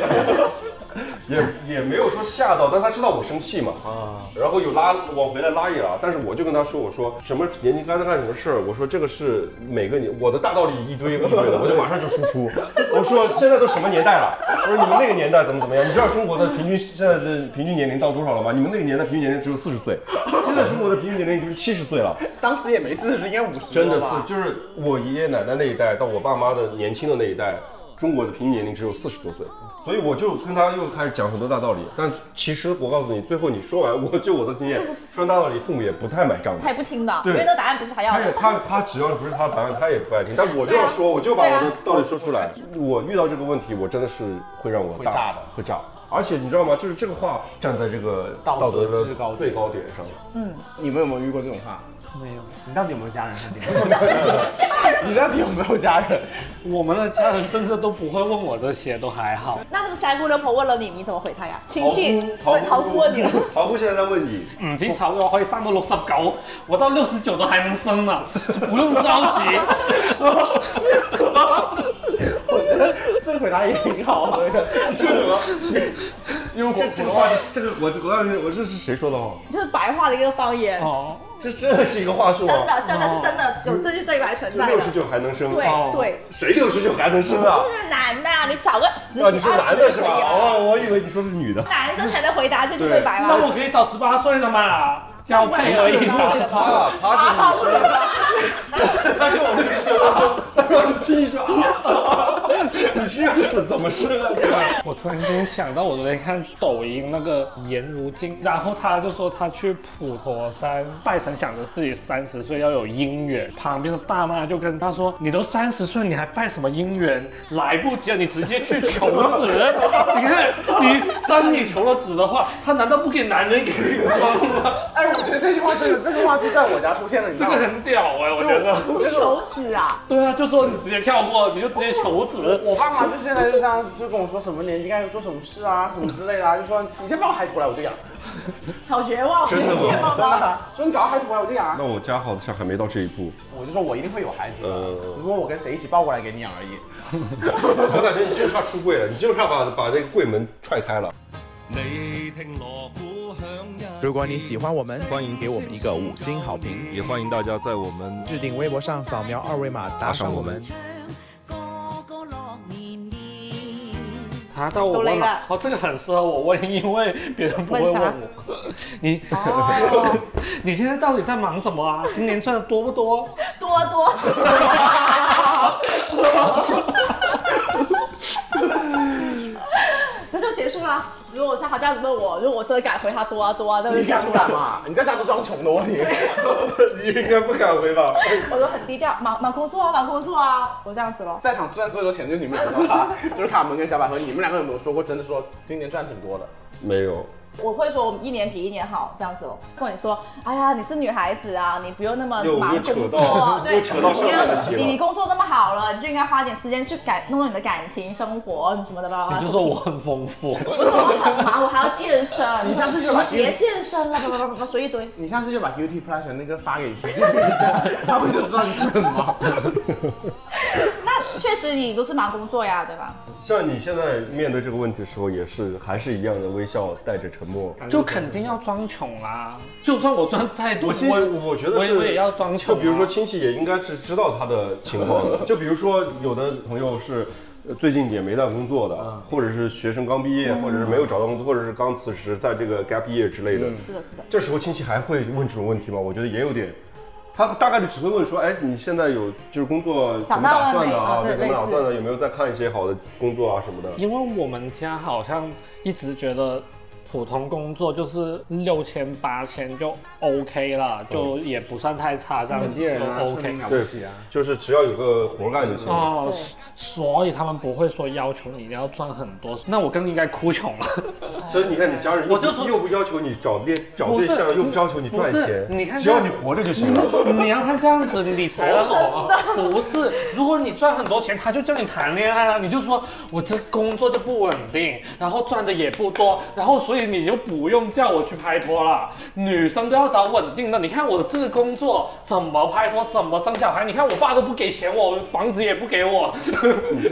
Speaker 2: 也也没有说吓到，但她知道我生气嘛，啊，然后有拉往回来拉一拉，但是我就跟她说，我说什么年纪该干什么事儿，我说这个是每个年我的大道理一堆一堆的，我就马上就输出，我说现在都什么年代了，我说你们那个年代怎么怎么样，你知道中国的平均现在的平均年龄到多少了吗？你们那个年代平均年龄只有四十岁，现在中国的平均年龄已经是七十岁了。
Speaker 3: 当时也没四十，应该五十，
Speaker 2: 真的是，就是我爷爷奶奶那一代到我爸妈的年轻的那一代，中国的平均年龄只有四十多岁，所以我就跟他又开始讲很多大道理。但其实我告诉你，最后你说完，我就我的经验，说完大道理，父母也不太买账的
Speaker 5: 他。也不听的，因
Speaker 2: 对
Speaker 5: 为那答案不是他要
Speaker 2: 他也
Speaker 5: 的。
Speaker 2: 他他只要不是他的答案，他也不爱听。但我就要说，我就把我的道理说出来。我遇到这个问题，我真的是会让我
Speaker 3: 会
Speaker 2: 大
Speaker 3: 炸的
Speaker 2: 会炸。而且你知道吗？就是这个话站在这个
Speaker 3: 道
Speaker 2: 道
Speaker 3: 德
Speaker 2: 德的
Speaker 3: 制高点
Speaker 2: 最高点上，
Speaker 3: 你们有没有遇过这种话？
Speaker 6: 没有，
Speaker 3: (laughs) 你到底有没有家人？你到底有没有家人？
Speaker 6: (laughs) 我们的家人真的都不会问我这些，都还好。
Speaker 5: 那他们三姑六婆问了你，你怎么回他呀？亲戚
Speaker 2: 桃
Speaker 5: 问
Speaker 2: 姑，
Speaker 5: 逃
Speaker 2: 桃
Speaker 5: 不
Speaker 2: 姑
Speaker 5: 过
Speaker 2: (laughs)
Speaker 5: 你了。
Speaker 2: 桃姑现在在问你，
Speaker 6: 唔止炒肉可以上到六十九，我到六十九都还能生呢，不用着急。 (laughs)
Speaker 3: 我觉得这个回答也挺好的。
Speaker 2: 是吗？因为这这个话是这个我我告诉你，我这是谁说的话？
Speaker 5: 就是白话的一个方言，
Speaker 6: 哦，
Speaker 2: 这真的是一个话术
Speaker 5: 真
Speaker 2: 吗？
Speaker 5: 的真的是真的有这句对白存
Speaker 2: 就
Speaker 5: 在
Speaker 2: 哦嗯六十
Speaker 5: 的。
Speaker 2: 九还能生？
Speaker 5: 对对，
Speaker 2: 谁六十九还能生啊？
Speaker 5: 就是男的，你找个十
Speaker 2: 啊，
Speaker 5: 几
Speaker 2: 你是
Speaker 5: 二
Speaker 2: 男
Speaker 5: 十就
Speaker 2: 的是
Speaker 5: 可
Speaker 2: 吧？
Speaker 5: 以了。
Speaker 2: 哦，我以为你说的是女的。
Speaker 5: 男生才能回答这句
Speaker 2: 对
Speaker 5: 对白吗？啊
Speaker 6: 那我可以找十八岁的嘛，交配而已嘛。
Speaker 2: 他他是女生，他跟我六十九生，他让我心里说啊，你这样子怎么生啊？对吧
Speaker 6: 我突然间想到，我昨天看抖音那个颜如晶，然后她就说她去普陀山拜神，想着自己三十岁要有姻缘。旁边的大妈就跟她说：“你都三十岁，你还拜什么姻缘？来不及了，你直接去求子。你看，你当你求了子的话，他难道不给男人给女方吗？
Speaker 3: 哎，我觉得这句话真的，这个话就在我家出现了，你知
Speaker 6: 这
Speaker 3: 道
Speaker 6: 个
Speaker 3: 吗？
Speaker 6: 很屌哎、我觉得。”
Speaker 5: 求子啊，
Speaker 6: 对啊，就说你直接跳过，你就直接求子。
Speaker 3: 我爸妈就现在就这样子，就跟我说什么年纪该做什么事啊，什么之类的、啊，就说你先抱孩子回来我就养，
Speaker 5: 好绝望，
Speaker 2: 真
Speaker 5: (laughs)
Speaker 2: 的吗
Speaker 5: 绝望
Speaker 3: 真的、啊，说你搞到孩子回来我就养啊
Speaker 2: 那，我家好像还没到这一步，
Speaker 3: 我就说我一定会有孩子的，
Speaker 2: 呃
Speaker 3: 只不过我跟谁一起抱过来给你养而已。
Speaker 2: 我感觉你就差出柜了，你就差把把那个柜门踹开了。
Speaker 3: 如果你喜欢我们，欢迎给我们一个五星好评。
Speaker 1: 也欢迎大家在我们
Speaker 3: 置顶微博上扫描二维码打
Speaker 1: 赏我们
Speaker 7: 唱歌个乐年年。
Speaker 6: 啊，但我
Speaker 5: 都
Speaker 6: 问
Speaker 5: 累
Speaker 6: 了
Speaker 5: 了，
Speaker 6: 哦，这个很适合我问，因为别人不会
Speaker 5: 问
Speaker 6: 问
Speaker 5: 啥
Speaker 6: 我。 (laughs) 你、
Speaker 5: 哦
Speaker 6: (laughs) 你现在到底在忙什么啊？今年赚的多不多？
Speaker 5: 多多，这就结束啦。如果像他这样子问我，如果我真的敢回他多啊多啊，那就
Speaker 3: 你
Speaker 5: 结
Speaker 3: 敢
Speaker 5: 束
Speaker 3: 不
Speaker 5: 了
Speaker 3: 敢。嘛？你在家都装穷的问题，
Speaker 2: 你应该不敢回吧？
Speaker 5: 我都很低调，忙忙工作啊，忙工作啊，我这样子咯。
Speaker 3: 在场赚最多钱就是你们两个吧，就是卡门跟小百合，你们两个有没有说过真的说今年赚挺多的？
Speaker 2: 没有，
Speaker 5: 我会说我们一年比一年好这样子咯。跟你说，哎呀，你是女孩子啊，你不用那么
Speaker 2: 又
Speaker 5: 忙
Speaker 2: 又扯
Speaker 5: 工作
Speaker 2: 到
Speaker 5: 啊，对，
Speaker 2: 又扯到上面的题
Speaker 5: 你你
Speaker 2: 了。
Speaker 5: 工作那么好了，你就应该花点时间去感弄弄你的感情生活什么的吧。
Speaker 6: 你就说我很丰富，
Speaker 5: (laughs) 我说我很忙，我还要健身。
Speaker 3: 你上次就把
Speaker 5: 别健身了，不不不不不，说一堆。
Speaker 3: 你下次就把 Guilty Pleasure 那个发给你去听一下，
Speaker 6: (laughs)
Speaker 3: 他们就知道你是很忙。
Speaker 5: 那确实你都是忙工作呀，对吧？
Speaker 2: 像你现在面对这个问题的时候，也是还是一样的微笑，带着沉默。
Speaker 6: 就肯定要装穷啊！就算我赚再多，
Speaker 2: 我其实我觉得
Speaker 6: 我也
Speaker 2: 是，
Speaker 6: 我也要装穷啊、
Speaker 2: 就比如说亲戚也应该是知道他的情况
Speaker 6: (laughs)
Speaker 2: 的，就比如说有的朋友是。呃最近也没在工作的，
Speaker 6: 嗯
Speaker 2: 或者是学生刚毕业，或者是没有找到工作，或者是刚辞职，在这个 gap year 之类
Speaker 6: 嗯
Speaker 2: 的，
Speaker 5: 是的，是的。
Speaker 2: 这时候亲戚还会问这种问题吗？我觉得也有点，他大概率只会问说，哎，你现在有就是工作怎么打算的啊？
Speaker 5: 找到了没啊对
Speaker 2: 怎么打
Speaker 5: 类似
Speaker 2: 算的？有没有在看一些好的工作啊什么的？
Speaker 6: 因为我们家好像一直觉得普通工作就是六千八千就 OK 了，就也不算太差，这样
Speaker 3: 本地
Speaker 6: 就
Speaker 3: 人啊，村
Speaker 6: OK
Speaker 3: 民。了不
Speaker 2: 对
Speaker 3: 起啊。，
Speaker 2: 就是只要有个活干就行。了。
Speaker 6: 哦
Speaker 5: 对，
Speaker 6: 所以他们不会说要求你一定要赚很多，那我更应该哭穷了。
Speaker 2: 所以你看，你家人又
Speaker 6: 我就
Speaker 2: 不
Speaker 6: 说
Speaker 2: 又不要求你找恋找
Speaker 6: 不
Speaker 2: 对
Speaker 6: 是
Speaker 2: 象，又不要求你赚
Speaker 6: 不是
Speaker 2: 钱，
Speaker 6: 你看
Speaker 2: 只要你活着就行了。
Speaker 6: (laughs) 你要看这样子理财了好啊，不是？如果你赚很多钱，他就叫你谈恋爱啊，你就说我这工作就不稳定，然后赚的也不多，然后所以你就不用叫我去拍拖了。女生都要找稳定的，你看我这个工作怎么拍拖，怎么生小孩？你看我爸都不给钱我，房子也不给我，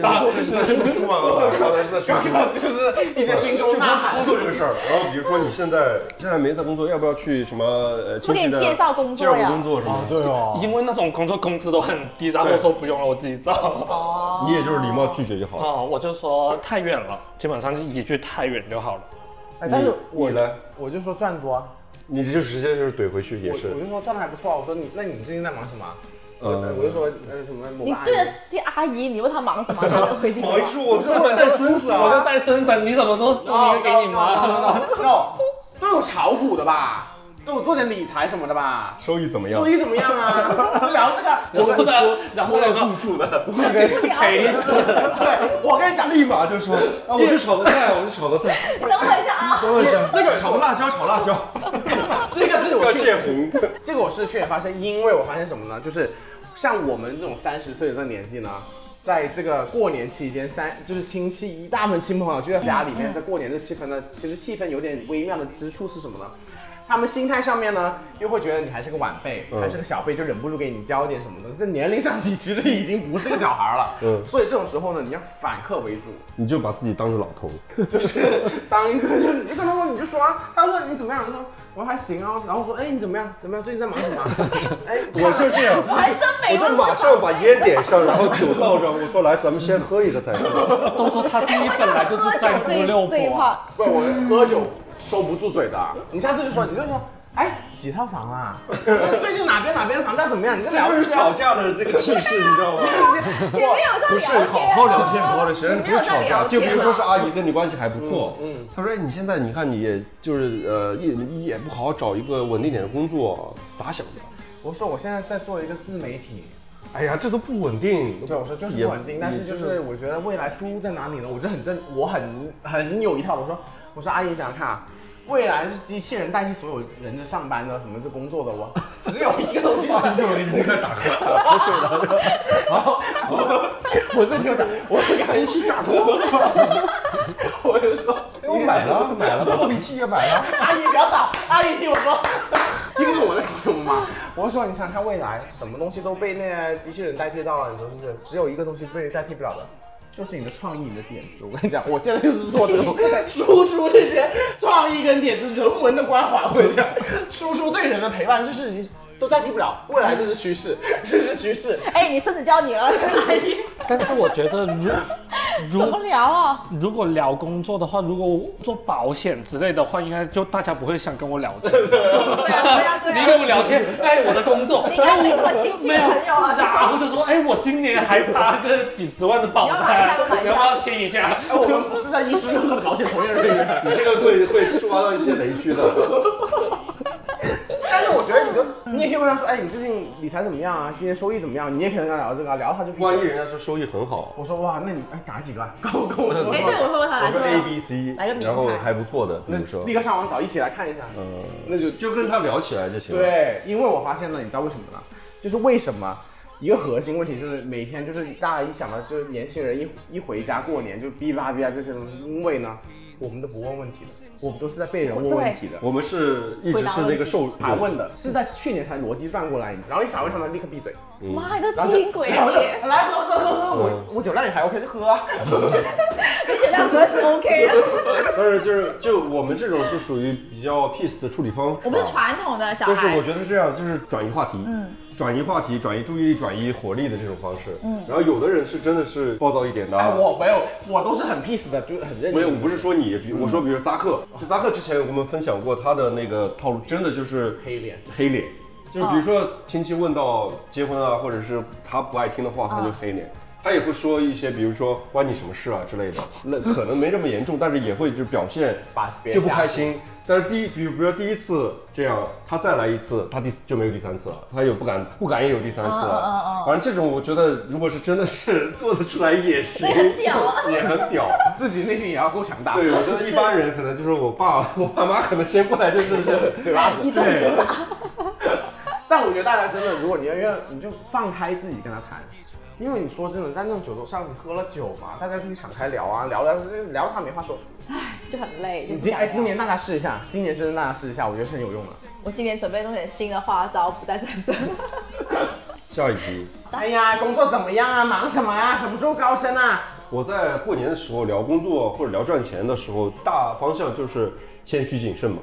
Speaker 6: 打
Speaker 2: 这 (laughs) 是在输出吗？老板刚才是在输出。
Speaker 3: 就是一些心中呐喊。
Speaker 2: 说做这个事儿，然后比如说你现在现在没在工作，要不要去什么呃亲
Speaker 5: 不给
Speaker 2: 戚
Speaker 5: 你
Speaker 2: 的
Speaker 5: 介绍工
Speaker 2: 介
Speaker 5: 作
Speaker 2: 绍
Speaker 5: 呀
Speaker 2: 工作什么的？
Speaker 3: 对哦，
Speaker 6: 因为那种工作工资都很低，然后我说不用了，我自己找。
Speaker 5: 哦。
Speaker 2: 你也就是礼貌拒绝就好了。
Speaker 6: 哦，我就说太远了，基本上就一句太远就好了。
Speaker 3: 哎但是
Speaker 2: 你
Speaker 3: 我
Speaker 2: 你来，
Speaker 3: 我就说赚多啊，
Speaker 2: 你就直接就是怼回去也
Speaker 3: 我
Speaker 2: 是
Speaker 3: 我。就说赚的还不错啊。我说你，那你最近在忙什么啊？我
Speaker 2: 呃
Speaker 3: 我就说呃什么某
Speaker 5: 你
Speaker 3: 个阿
Speaker 5: 对着
Speaker 3: 姨，
Speaker 5: 这阿姨，你问她忙什 (laughs) 么，她就回你什
Speaker 2: 好意
Speaker 5: 么。
Speaker 2: 思，我这我带孙子
Speaker 6: 我就
Speaker 3: 哦
Speaker 2: 啊。
Speaker 6: 带孙子，你什么时候送一个给你妈？
Speaker 3: no，都哦有炒股的吧，都有做点理财什么的吧。
Speaker 2: 收益怎么样
Speaker 3: 收？益怎么样
Speaker 6: (laughs)
Speaker 3: 啊？就聊这个，
Speaker 6: 我
Speaker 3: 我
Speaker 6: 不
Speaker 3: 跟
Speaker 6: 能，然后我说
Speaker 2: 入住的，不
Speaker 6: 赔死。
Speaker 3: (laughs) 对，我跟你讲，
Speaker 2: 立马就 (laughs) 说啊，我去炒个菜，我去炒 (laughs) 个菜。
Speaker 5: (laughs) 等我一下啊，
Speaker 2: 等我一下，
Speaker 3: 这个
Speaker 2: 炒个辣椒，炒辣椒，
Speaker 3: 这个是我
Speaker 2: (laughs) 要
Speaker 3: 去
Speaker 2: 见红。
Speaker 3: 这个我是去年发现，因为我发现什么呢？就是像我们这种三十岁的这个年纪呢，在这个过年期间，三就是亲戚一大部分亲朋好友聚在家里面，在过年的气氛呢，其实气氛有点微妙的之处是什么呢？他们心态上面呢，又会觉得你还是个晚辈，
Speaker 2: 嗯
Speaker 3: 还是个小辈，就忍不住给你教点什么东西。在年龄上，你其实已经不是个小孩了，
Speaker 2: 嗯
Speaker 3: 所以这种时候呢，你要反客为主，
Speaker 2: (laughs) 你就把自己当成老头。
Speaker 3: 就是当一个，就是你就跟他说，你就说啊，他说你怎么样？他说我还行啊，然后说哎你怎么样？怎么样？最近在忙什么啊？哎，
Speaker 2: (laughs) 我就这样，
Speaker 5: 我还
Speaker 2: (laughs)
Speaker 5: 真
Speaker 2: 我
Speaker 5: 没
Speaker 2: 就
Speaker 5: 问
Speaker 2: 马
Speaker 5: 过。
Speaker 2: 上把烟点上，然后酒倒上。我说来，咱们先喝一个再说。 (laughs)
Speaker 6: 都说他第一本来就是三姑
Speaker 5: (laughs)
Speaker 6: 六
Speaker 5: 这一
Speaker 6: 婆啊，
Speaker 5: 块，
Speaker 3: 不，我喝酒收不住嘴的。你下次就说，你就说，哎，几套房啊？ (laughs) 最近哪边哪边房价怎么样？你就
Speaker 2: 这
Speaker 3: 聊
Speaker 2: 就是
Speaker 3: 一
Speaker 2: 吵
Speaker 3: 下。
Speaker 2: 架的这个气势，你知道吗？
Speaker 5: 你没有在
Speaker 2: 不
Speaker 5: 聊
Speaker 2: 是
Speaker 5: 天啊
Speaker 2: 好好聊天，好好聊天，
Speaker 5: 你
Speaker 2: 不
Speaker 5: 没有
Speaker 2: 是
Speaker 5: 在
Speaker 2: 吵
Speaker 5: 聊
Speaker 2: 架。
Speaker 5: 天
Speaker 2: 就比如说是
Speaker 5: 啊
Speaker 2: 阿姨跟你关系还不错，她说，哎，你现在你看你也就是呃，也你也不好好找一个稳定点的工作，咋想的？
Speaker 3: 我说我现在在做一个自媒体。
Speaker 2: 哎呀，这都不稳定。
Speaker 3: 对，我说就是
Speaker 2: 也
Speaker 3: 不稳定，但是就
Speaker 2: 也
Speaker 3: 是我觉得未来出路在哪里呢？我这很正，我很很有一套。我说我说阿姨，你想想看啊。未来就是机器人代替所有人的上班啊的什么这工作的，我 (laughs) 只有一个东 (laughs) 西。
Speaker 2: 就已经开始打瞌
Speaker 3: (laughs)
Speaker 2: 打瞌睡了。
Speaker 3: 我是 (laughs) 听我讲，我是赶紧去打工。哎我就说，
Speaker 2: 哎我买了，买了，破壁器也买了。
Speaker 3: (laughs) 阿姨不要吵，阿姨听我 (laughs) 说，听不懂我在搞什么吗？ (laughs) 我说你想看未来，什么东西都被那些机器人代替到了，你说是不是？只有一个东西被代替不了的。就是你的创意，你的点子。我跟你讲，我现在就是做这种 (laughs) 输出这些创意跟点子、人文的关怀。我跟你讲，输出对人的陪伴，这是你都代替不了。未来这是趋势，这是趋势。
Speaker 5: (laughs) 哎，你孙子教你了，阿姨。
Speaker 6: 但是我觉得如如
Speaker 5: 怎么聊啊？
Speaker 6: 如果聊工作的话，如果做保险之类的话，应该就大家不会想跟我聊天。
Speaker 5: 对啊，对啊，对
Speaker 6: 你
Speaker 5: 啊。
Speaker 6: 跟我聊天，哎，我的工作，
Speaker 5: 你应该没什么亲戚
Speaker 6: 没有
Speaker 5: 朋友啊是吧
Speaker 6: 然后就说，哎，我今年还差个几十万的保单，你要不要签一下？
Speaker 3: 哎，我们不是在医术任何的保险从业人员，
Speaker 2: (laughs) 你这个会会抓到一些雷区的。
Speaker 3: 但是我觉得你
Speaker 5: 嗯
Speaker 3: 就你也可以问他说，哎，你最近理财怎么样啊？今年收益怎么样？你也可以跟他聊这个啊，聊他就可以
Speaker 2: 万一人家说收益很好，
Speaker 3: 我说哇，那你哎打几个啊？ (laughs) 跟我跟我说，
Speaker 5: 哎，对，我会问他
Speaker 2: 我
Speaker 5: 来
Speaker 2: 说
Speaker 5: 说
Speaker 2: A B C，
Speaker 5: 来个名牌
Speaker 2: 然后还不错的，比
Speaker 3: 那
Speaker 2: 如说
Speaker 3: 立，刻上网找一起来看一下。
Speaker 2: 嗯，
Speaker 3: 那就
Speaker 2: 就跟他聊起来就行了。，
Speaker 3: 对，因为我发现了，你知道为什么呢？就是为什么一个核心问题就是每天就是大家一想到就是年轻人一一回家过年就哔吧哔吧啊这些东西，因为呢，我们都不问问题的，我们都是在被人问问题的。
Speaker 2: 我们是一直是那个受
Speaker 3: 反问的是在去年才逻辑转过来，然后一反问他们立刻闭嘴，
Speaker 5: 妈，你都
Speaker 3: 然后
Speaker 5: 精
Speaker 3: 就
Speaker 5: 灵鬼啊
Speaker 3: 然后就
Speaker 5: 耶，
Speaker 3: 来喝喝喝喝，
Speaker 2: 嗯
Speaker 3: 我我酒量也还 OK 就喝啊，
Speaker 5: 你酒量盒子 OK 啊？
Speaker 2: 不是， (laughs) 就是就我们这种是属于比较 peace 的处理方式吧。
Speaker 5: 我们是传统的小
Speaker 2: 就是
Speaker 5: 孩
Speaker 2: 我，觉得是这样，就是转移话题，嗯，转移话题，转移注意力，转移火力的这种方式。嗯，然后有的人是真的是暴躁一点的啊。
Speaker 3: 哎我没有，我都是很 peace 的，就是很认
Speaker 2: 没有，我
Speaker 3: 真。
Speaker 2: 不是说你，比我说，比如扎克，就扎克之前我们分享过他的那个套路，真的就是
Speaker 3: 黑脸，
Speaker 2: 黑脸，就是比如说亲戚问到结婚啊，或者是他不爱听的
Speaker 3: 啊
Speaker 2: 话，他就黑脸。他也会说一些，比如说关你什么事啊之类的，那可能没这么严重，但是也会就表现
Speaker 3: 嗯 (laughs) 把别
Speaker 2: 就
Speaker 3: 人
Speaker 2: 不
Speaker 3: 吓
Speaker 2: 开心。但是第一，比如比如说第一次这样，他再来一次，他第就没有第三次了，他也不敢不敢也有第三次
Speaker 3: 啊
Speaker 2: 了。反正这种我觉得，如果是真的是做得出来
Speaker 3: (laughs)
Speaker 2: 也行，
Speaker 5: 也很屌啊，
Speaker 2: 也很屌。
Speaker 3: 自己内心也要够强大。
Speaker 2: 对，我觉得一般人可能就是我爸 (laughs) 我爸妈可能先过来就是
Speaker 3: 嘴巴子，对。但我觉得大家真的，如果你要愿，你就放开自己跟他谈，因为你说真的，在那种酒桌上，你喝了酒嘛，大家可以敞开聊啊，聊聊聊他没话说。
Speaker 5: 就很累。就
Speaker 3: 你
Speaker 5: 不
Speaker 3: 今
Speaker 5: 想
Speaker 3: 哎，
Speaker 5: 聊
Speaker 3: 今年大家试一下，今年真的大家试一下，我觉得是很有用的。
Speaker 5: 我今年准备弄点新的花招，不再
Speaker 2: (laughs)
Speaker 5: 战争。
Speaker 2: 下一题。
Speaker 3: 哎呀，工作怎么样啊？忙什么啊？什么时候高升啊？
Speaker 2: 我在过年的时候聊工作或者聊赚钱的时候，大方向就是谦虚谨慎嘛。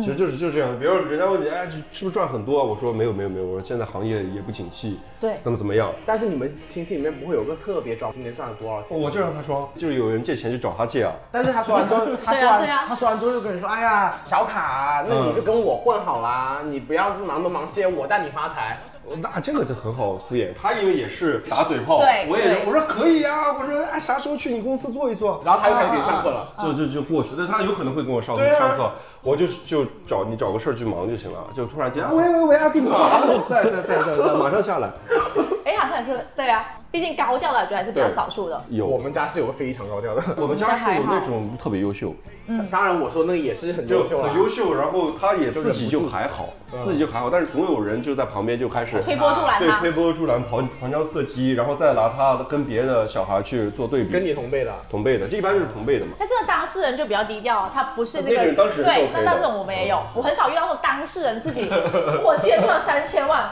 Speaker 2: 其实就是就是这样，比如人家问你，哎，是不是赚很多啊？我说没有没有没有，我说现在行业也不景气，
Speaker 5: 对
Speaker 2: 怎么怎么样。
Speaker 3: 但是你们亲戚里面不会有个特别装，今年赚了多少钱？
Speaker 2: 哦我就让他说，就是有人借钱就找他借啊。
Speaker 3: 但是他说完之后，他说
Speaker 5: 对啊对啊
Speaker 3: 完，他说完之后就跟你说，哎呀，小卡啊，那你就跟我混好啦，你不要忙东忙西，我带你发财。
Speaker 2: 哦那这个就很好敷衍，他因为也是打嘴炮，
Speaker 5: 对
Speaker 2: 我也是
Speaker 5: 对
Speaker 2: 我说可以啊，我说哎啥时候去你公司坐一坐，
Speaker 3: 然后他又开始给你上课了。
Speaker 2: 就就就过去，但他有可能会跟我上
Speaker 3: 对啊
Speaker 2: 上课，我就就找你找个事儿去忙就行了，就突然间啊喂喂喂，阿斌啊， (laughs) 在在在在在，马上下来。
Speaker 5: 哎，好像也是对啊，毕竟高调的我觉得还是比较少数的。
Speaker 2: 有
Speaker 3: 我们家是有个非常高调的，
Speaker 2: 我们家是有那种特别优秀，
Speaker 3: 当然我说那个也是很优秀
Speaker 2: 很
Speaker 3: 啊。
Speaker 2: 优秀，然后他也自嗯己
Speaker 3: 就
Speaker 2: 就还好，自己就还好，但是总有人就在旁边就开始
Speaker 5: 推波助澜
Speaker 2: 对
Speaker 5: 他
Speaker 2: 推，波助澜、旁旁敲侧击，然后再拿他跟别的小孩去做对
Speaker 3: 跟
Speaker 2: 比，
Speaker 3: 你同辈的，
Speaker 2: 同辈的，这一般就是同辈的嘛。
Speaker 5: 但是呢当事人就比较低调啊，他不是
Speaker 2: 那
Speaker 5: 那
Speaker 2: 个
Speaker 5: 个
Speaker 2: 人当事人是
Speaker 5: 对
Speaker 2: OK，
Speaker 5: 那
Speaker 2: 的嗯
Speaker 5: 那这种我们也有，我很少遇到那种当事人自
Speaker 2: (laughs)
Speaker 5: 己，我今天赚了三千万，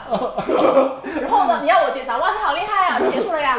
Speaker 5: 然后呢，你要我介绍，哇，你好厉害啊，结束了呀，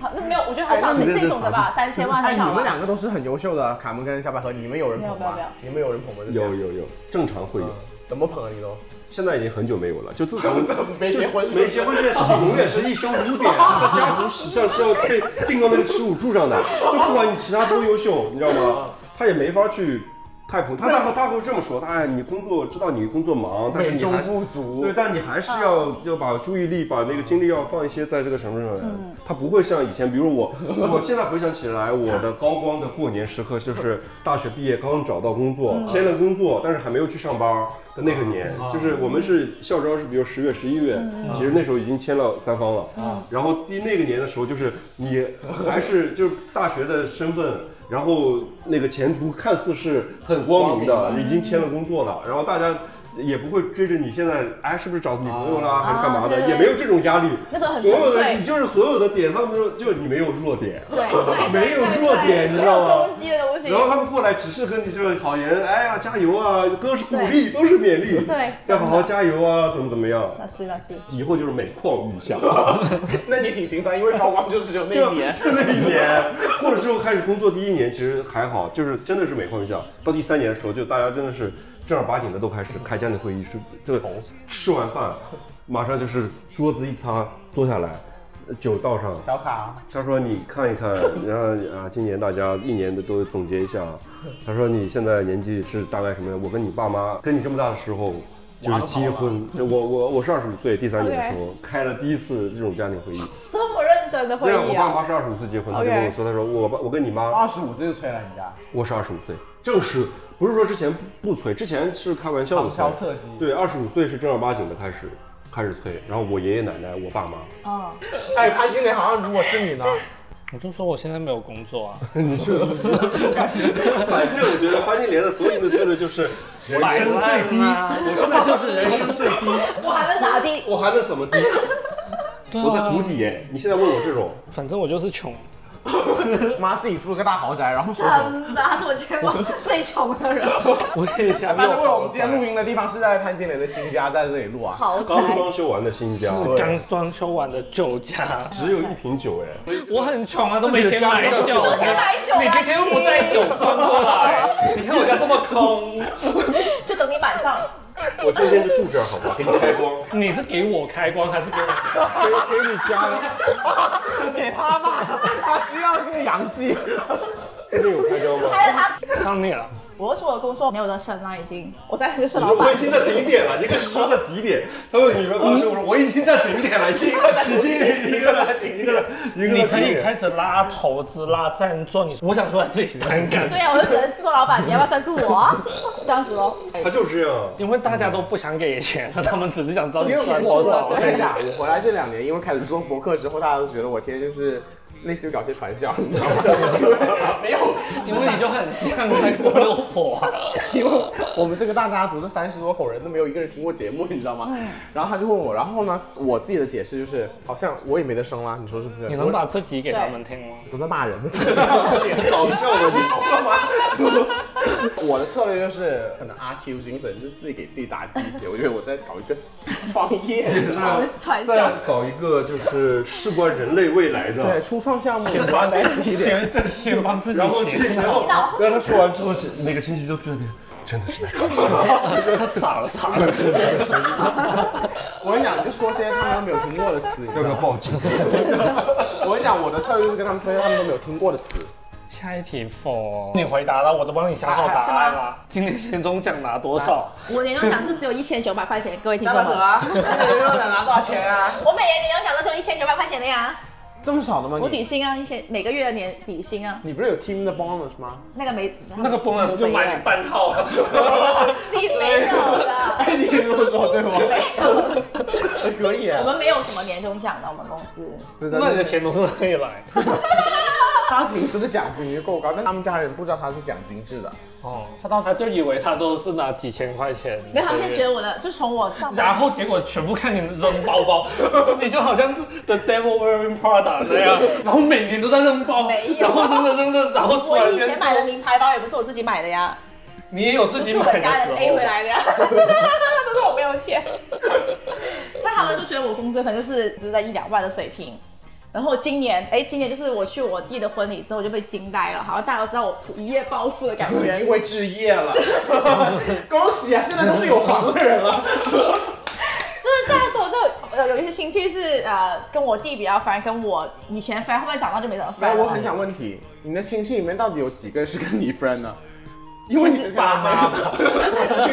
Speaker 5: 好，那没有，我觉得很少
Speaker 2: 哎那你
Speaker 5: 这
Speaker 2: 这
Speaker 5: 这种的吧，三千万
Speaker 3: 哎，
Speaker 5: 很
Speaker 3: 你
Speaker 5: 少
Speaker 3: 们
Speaker 5: 吧。
Speaker 3: 两个都是很优秀的，卡门跟小百合，你们有人捧吗
Speaker 5: 没有？
Speaker 3: 你们有人捧吗？
Speaker 2: 有有有，正常会有。
Speaker 3: 怎么捧啊？你都
Speaker 2: 现在已经很久没有了，就自
Speaker 3: (laughs)
Speaker 2: 从
Speaker 3: 没结婚，
Speaker 2: 没结婚这件事
Speaker 3: (laughs)
Speaker 2: 情永远是一生污点，家族史上是要被定到那个耻辱柱上的。就不管你其他多优秀，你知道吗？他也没法去太捧。他他会他会这么说，他哎，你工作知道你工作忙，但是
Speaker 3: 美
Speaker 2: 你
Speaker 3: 中
Speaker 2: 还
Speaker 3: 不足
Speaker 2: 对，。但你还是要要把注意力、把那个精力要放一些在这个什么上面。他不会像以前，比如我，我现在回想起来，我的高光的过年时刻就是大学毕业刚找到工作，签了工作，但是还没有去上班的那个年，就是我们是校招是，比如十月、十一月，其实那时候已经签了三方了。然后第那个年的时候，就是你还是就是大学的身份。然后那个前途看似是很光明的，已经签了工作了，然后大家也不会追着你现在，哎，是不是找女朋友啦，还是干嘛
Speaker 5: 啊对
Speaker 2: 的，
Speaker 5: 对
Speaker 2: 也没有这种压力。
Speaker 5: 那时候很
Speaker 2: 所有
Speaker 5: 纯
Speaker 2: 的
Speaker 5: 粹
Speaker 2: 你就是所有的点，他们都就你没有弱点，
Speaker 5: 对对对
Speaker 2: 没有
Speaker 5: 对对
Speaker 2: 弱点
Speaker 5: 对
Speaker 2: 你知道吗
Speaker 5: 没有攻击的东西
Speaker 2: 然。后他们过来只是跟你说好言，哎呀加油啊，都是鼓励，都是勉励，
Speaker 5: 对
Speaker 2: 再好好加油啊，怎么怎么样，
Speaker 5: 那是那是，
Speaker 2: 以后就是每况愈下。
Speaker 3: 那你挺心酸，因为高光就是只有那
Speaker 2: 就
Speaker 3: 一
Speaker 2: (laughs)
Speaker 3: 年。
Speaker 2: 就那一年，或者是我开始工作第一年，其实还好，就是真的是每况愈下。到第三年的时候，就大家真的是正儿八经的都开始开家庭会议，是这个吃完饭，马上就是桌子一擦，坐下来。酒倒上，
Speaker 3: 小卡，
Speaker 2: 他说你看一看，然后啊，今年大家一年的都总结一下。他说你现在年纪是大概什么样？我跟你爸妈跟你这么大的时候就是结婚，我我我是二十五岁第三年的时候开了第一次这种家庭会议。
Speaker 5: 这么认真的会
Speaker 2: 对啊，我
Speaker 5: 议
Speaker 2: 爸
Speaker 5: 啊！哦
Speaker 2: 妈是二十五岁结婚，他就跟我说，他说我爸我跟你妈
Speaker 3: 二十五岁就催了人家，
Speaker 2: 我是二十五岁，正是不是说之前不催，之前是开玩笑的催
Speaker 3: 旁敲侧击
Speaker 2: 对，二十五岁是正儿八经的开始开始催，然后我爷爷奶奶、我爸妈，
Speaker 3: 哎，潘金莲好像如果是你呢，
Speaker 6: 我就说我现在没有工作啊，
Speaker 2: (laughs) 反正我觉得潘金莲的所有的策略就是人生最低，我现在就是人生最低，
Speaker 5: 我还能咋地？
Speaker 2: 我还能怎么低？
Speaker 6: 对
Speaker 2: 我在
Speaker 6: 啊
Speaker 2: 谷，底哎！你现在问我这种，
Speaker 6: 反正我就是穷。
Speaker 3: 妈自己住了个大豪宅，然后说什么？
Speaker 5: 真的，他是我见过最穷的人，
Speaker 6: 我也想
Speaker 3: 那如
Speaker 6: 有
Speaker 3: 果啊我们今天录音的地方是在潘金莲的新家，在这里录 (laughs) 啊，
Speaker 5: 豪
Speaker 2: 刚
Speaker 5: 宅。
Speaker 2: 装修完的新家，
Speaker 6: 刚装修完的酒家，
Speaker 2: 只有一瓶酒哎，
Speaker 6: (laughs) 我很穷啊，都没钱买酒，
Speaker 5: 都想
Speaker 6: (laughs)
Speaker 5: 买酒啊
Speaker 6: 你今天又不带酒放过
Speaker 3: 哎
Speaker 6: 来，你看我家这么空，
Speaker 5: 就等你晚上。
Speaker 2: 我今天就住这儿好吧，给你开光，
Speaker 6: 你是给我开光还是给我？
Speaker 2: 给给你
Speaker 6: (laughs)
Speaker 2: 加，
Speaker 3: 给他吧，他需要些阳气。
Speaker 2: 那有开光吗？
Speaker 5: 拍了哎他，
Speaker 6: 上你了，
Speaker 5: 我说我的工作没有的深啦，已经，我在就是
Speaker 2: 你
Speaker 5: 老
Speaker 2: 说我已
Speaker 5: 板。
Speaker 2: 经在顶点了，你开始说在底点。他说你们当时我说我已经在顶点了，已经已经一个在顶一个在一个
Speaker 6: 你
Speaker 2: 在
Speaker 6: 可
Speaker 2: 顶
Speaker 6: 以
Speaker 2: 点。
Speaker 6: 开始拉投资、拉赞助，你我想出来自己单干
Speaker 5: 对。呀、啊我就只能做老板，你要不要赞助我啊？这样子咯。
Speaker 2: 他就是这样，
Speaker 6: 因为大家都不想给钱，他们只是想知道
Speaker 3: 因为
Speaker 6: 钱
Speaker 3: 我
Speaker 6: 多
Speaker 3: 我
Speaker 6: 少
Speaker 3: 我。跟你讲，我来这两年，因为开始做博客之后，大家都觉得我天天就是类似于搞些传销，你知道吗？ (laughs) 因为没有，
Speaker 6: 因为你就很像韩国六婆啊，
Speaker 3: (laughs) 因为我们这个大家族这三十多口人都没有一个人听过节目，你知道吗？然后他就问我，然后呢，我自己的解释就是，好像我也没得生啦，你说是不是？
Speaker 6: 你能把这集给他们听吗？
Speaker 3: 我在骂人。 (laughs)
Speaker 2: 搞笑的你。
Speaker 3: 我的策略就是可能阿 Q 精神，就是自己给自己打鸡血。我觉得我在搞一个创业，你知道吗？
Speaker 5: 传销
Speaker 2: 再，搞一个就是事关人类未来
Speaker 3: 对，
Speaker 2: 的，
Speaker 3: 初创项目，玩得一点。
Speaker 6: 先先帮自己
Speaker 2: 然后
Speaker 6: 写
Speaker 2: 去，然后然后他说完之后，那个亲戚就哎这边真的是在搞笑。
Speaker 3: (laughs)
Speaker 6: 他傻了傻了。
Speaker 3: 我跟你讲，你就说些他们都没有听过的词。你知
Speaker 2: 要
Speaker 3: 道 (laughs)
Speaker 2: 不要
Speaker 3: 吗
Speaker 2: 报警？
Speaker 3: 我跟你讲，我的策略就是跟他们说一些他们都没有听过的词。
Speaker 6: 下一题 for，你回答了，我都帮你想好答案
Speaker 3: 啊
Speaker 6: 了。今年年终奖拿多少？
Speaker 5: 我年终奖就只有一千九百块钱，各位听
Speaker 3: 加
Speaker 5: 众
Speaker 3: 百合
Speaker 5: 们。 (laughs)
Speaker 3: 啊，你又能拿多少钱啊？
Speaker 5: 我每年年终奖都就一千九百块钱的呀，
Speaker 3: 这么少的吗？
Speaker 5: 我底
Speaker 3: 你
Speaker 5: 薪啊，一千每个月的年底薪啊，
Speaker 3: 你不是有 team 的 bonus 吗？
Speaker 5: 那个没
Speaker 6: 那个 bonus 就买你半套了。
Speaker 5: 你 (laughs) 没有了，
Speaker 3: 哎，你这么说对吗？
Speaker 5: 没有。
Speaker 3: (laughs) 可以
Speaker 5: (laughs) 我
Speaker 3: 啊，
Speaker 5: 们没有什么年终奖的，我们公司。
Speaker 3: (laughs)
Speaker 6: 那你的钱都是哪里来？
Speaker 3: 他平时的奖金就够高，但他们家人不知道他是奖金制的。
Speaker 6: 哦，他他就以为他都是拿几千块钱。
Speaker 5: 没有，他们现在觉得我的，就从我账
Speaker 6: 然
Speaker 5: 单，
Speaker 6: 后结果全部看你扔包包， (laughs) 你就好像 The Devil Wearing Prada 那
Speaker 3: (laughs)
Speaker 6: 样，然后每年都在扔包，
Speaker 5: 没有
Speaker 6: 然后扔着扔着，然后突
Speaker 5: 我
Speaker 6: 然
Speaker 5: 以前
Speaker 6: 间
Speaker 5: 买的名牌包也不是我自己买的呀，
Speaker 6: 你也有自
Speaker 5: 不
Speaker 6: 己
Speaker 5: 是我
Speaker 6: 买的
Speaker 5: 家
Speaker 6: 时
Speaker 5: 人 A
Speaker 6: 候啊
Speaker 5: 回。来
Speaker 6: (laughs)
Speaker 5: 的呀，都是我没有钱。 (laughs) 但他们就觉得我工资可能就是就是在一两万的水平。然后今年，哎，今年就是我去我弟的婚礼之后，我就被惊呆了，好像大家都知道我突一夜暴富的感觉
Speaker 3: 因。为置业了， (laughs) 恭喜啊！现在都是有房的人了。
Speaker 5: 就是下一次我就有有一些亲戚是呃跟我弟比较烦，跟我以前烦，后面长大就没怎么
Speaker 3: 来，
Speaker 5: 烦了。
Speaker 3: 我很想问题，你的亲戚里面到底有几个人是跟你 friend 呢？因为你只拉黑，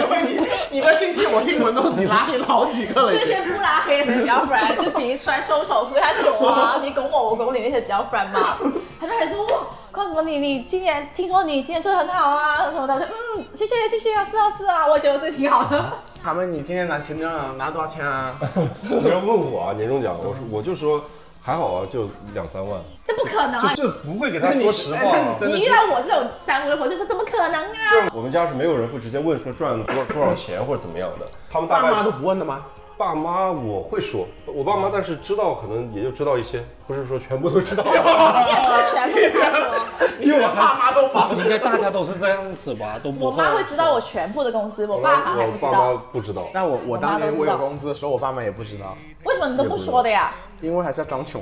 Speaker 3: 因为你你的亲戚我听闻都 (laughs) 你拉黑了好几个了已
Speaker 5: 就
Speaker 3: 经。
Speaker 5: 先不拉黑人比较 friend，就哎比如出来收手喝下酒啊，你拱我，我拱你那些比较 friend 嘛。他们还说哇，靠什么你你今年听说你今年做的很好啊什么的，我就嗯谢谢谢谢啊是啊是啊，我觉得我自己挺好的。
Speaker 3: 他们，你今天拿签证啊拿多少钱啊？
Speaker 2: 别人问我啊，年终奖，我说我就说还好啊，就两三万，
Speaker 5: 这不可能啊！
Speaker 2: 就不会给他说实话
Speaker 3: 哎那
Speaker 2: 啊
Speaker 3: 你。真的
Speaker 5: 你遇到我这种三无的，我就说怎么可能
Speaker 2: 就
Speaker 5: 啊？
Speaker 2: 是我们家是没有人会直接问说赚了多少多少钱或者怎么样的，他们大
Speaker 3: 爸
Speaker 2: 概
Speaker 3: 妈都不问的吗？
Speaker 2: 爸妈我会说，我爸妈但是知道可能也就知道一些，不是说全部都
Speaker 3: (laughs)
Speaker 2: 知道。
Speaker 5: 你也不是全部跟他说。
Speaker 3: 因为我爸妈都烦。
Speaker 6: 应该大家都是这样子吧，都不
Speaker 5: (laughs) 我妈会知道我全部的工资，我爸还
Speaker 2: 我
Speaker 5: 不
Speaker 2: 爸
Speaker 5: 知道。
Speaker 2: 妈不知道，
Speaker 3: 但我我当年
Speaker 5: 我妈都知道
Speaker 3: 我有工资的时候，我爸妈也不知道，
Speaker 5: 为什么你都不说的呀？
Speaker 3: 因为还是要装穷。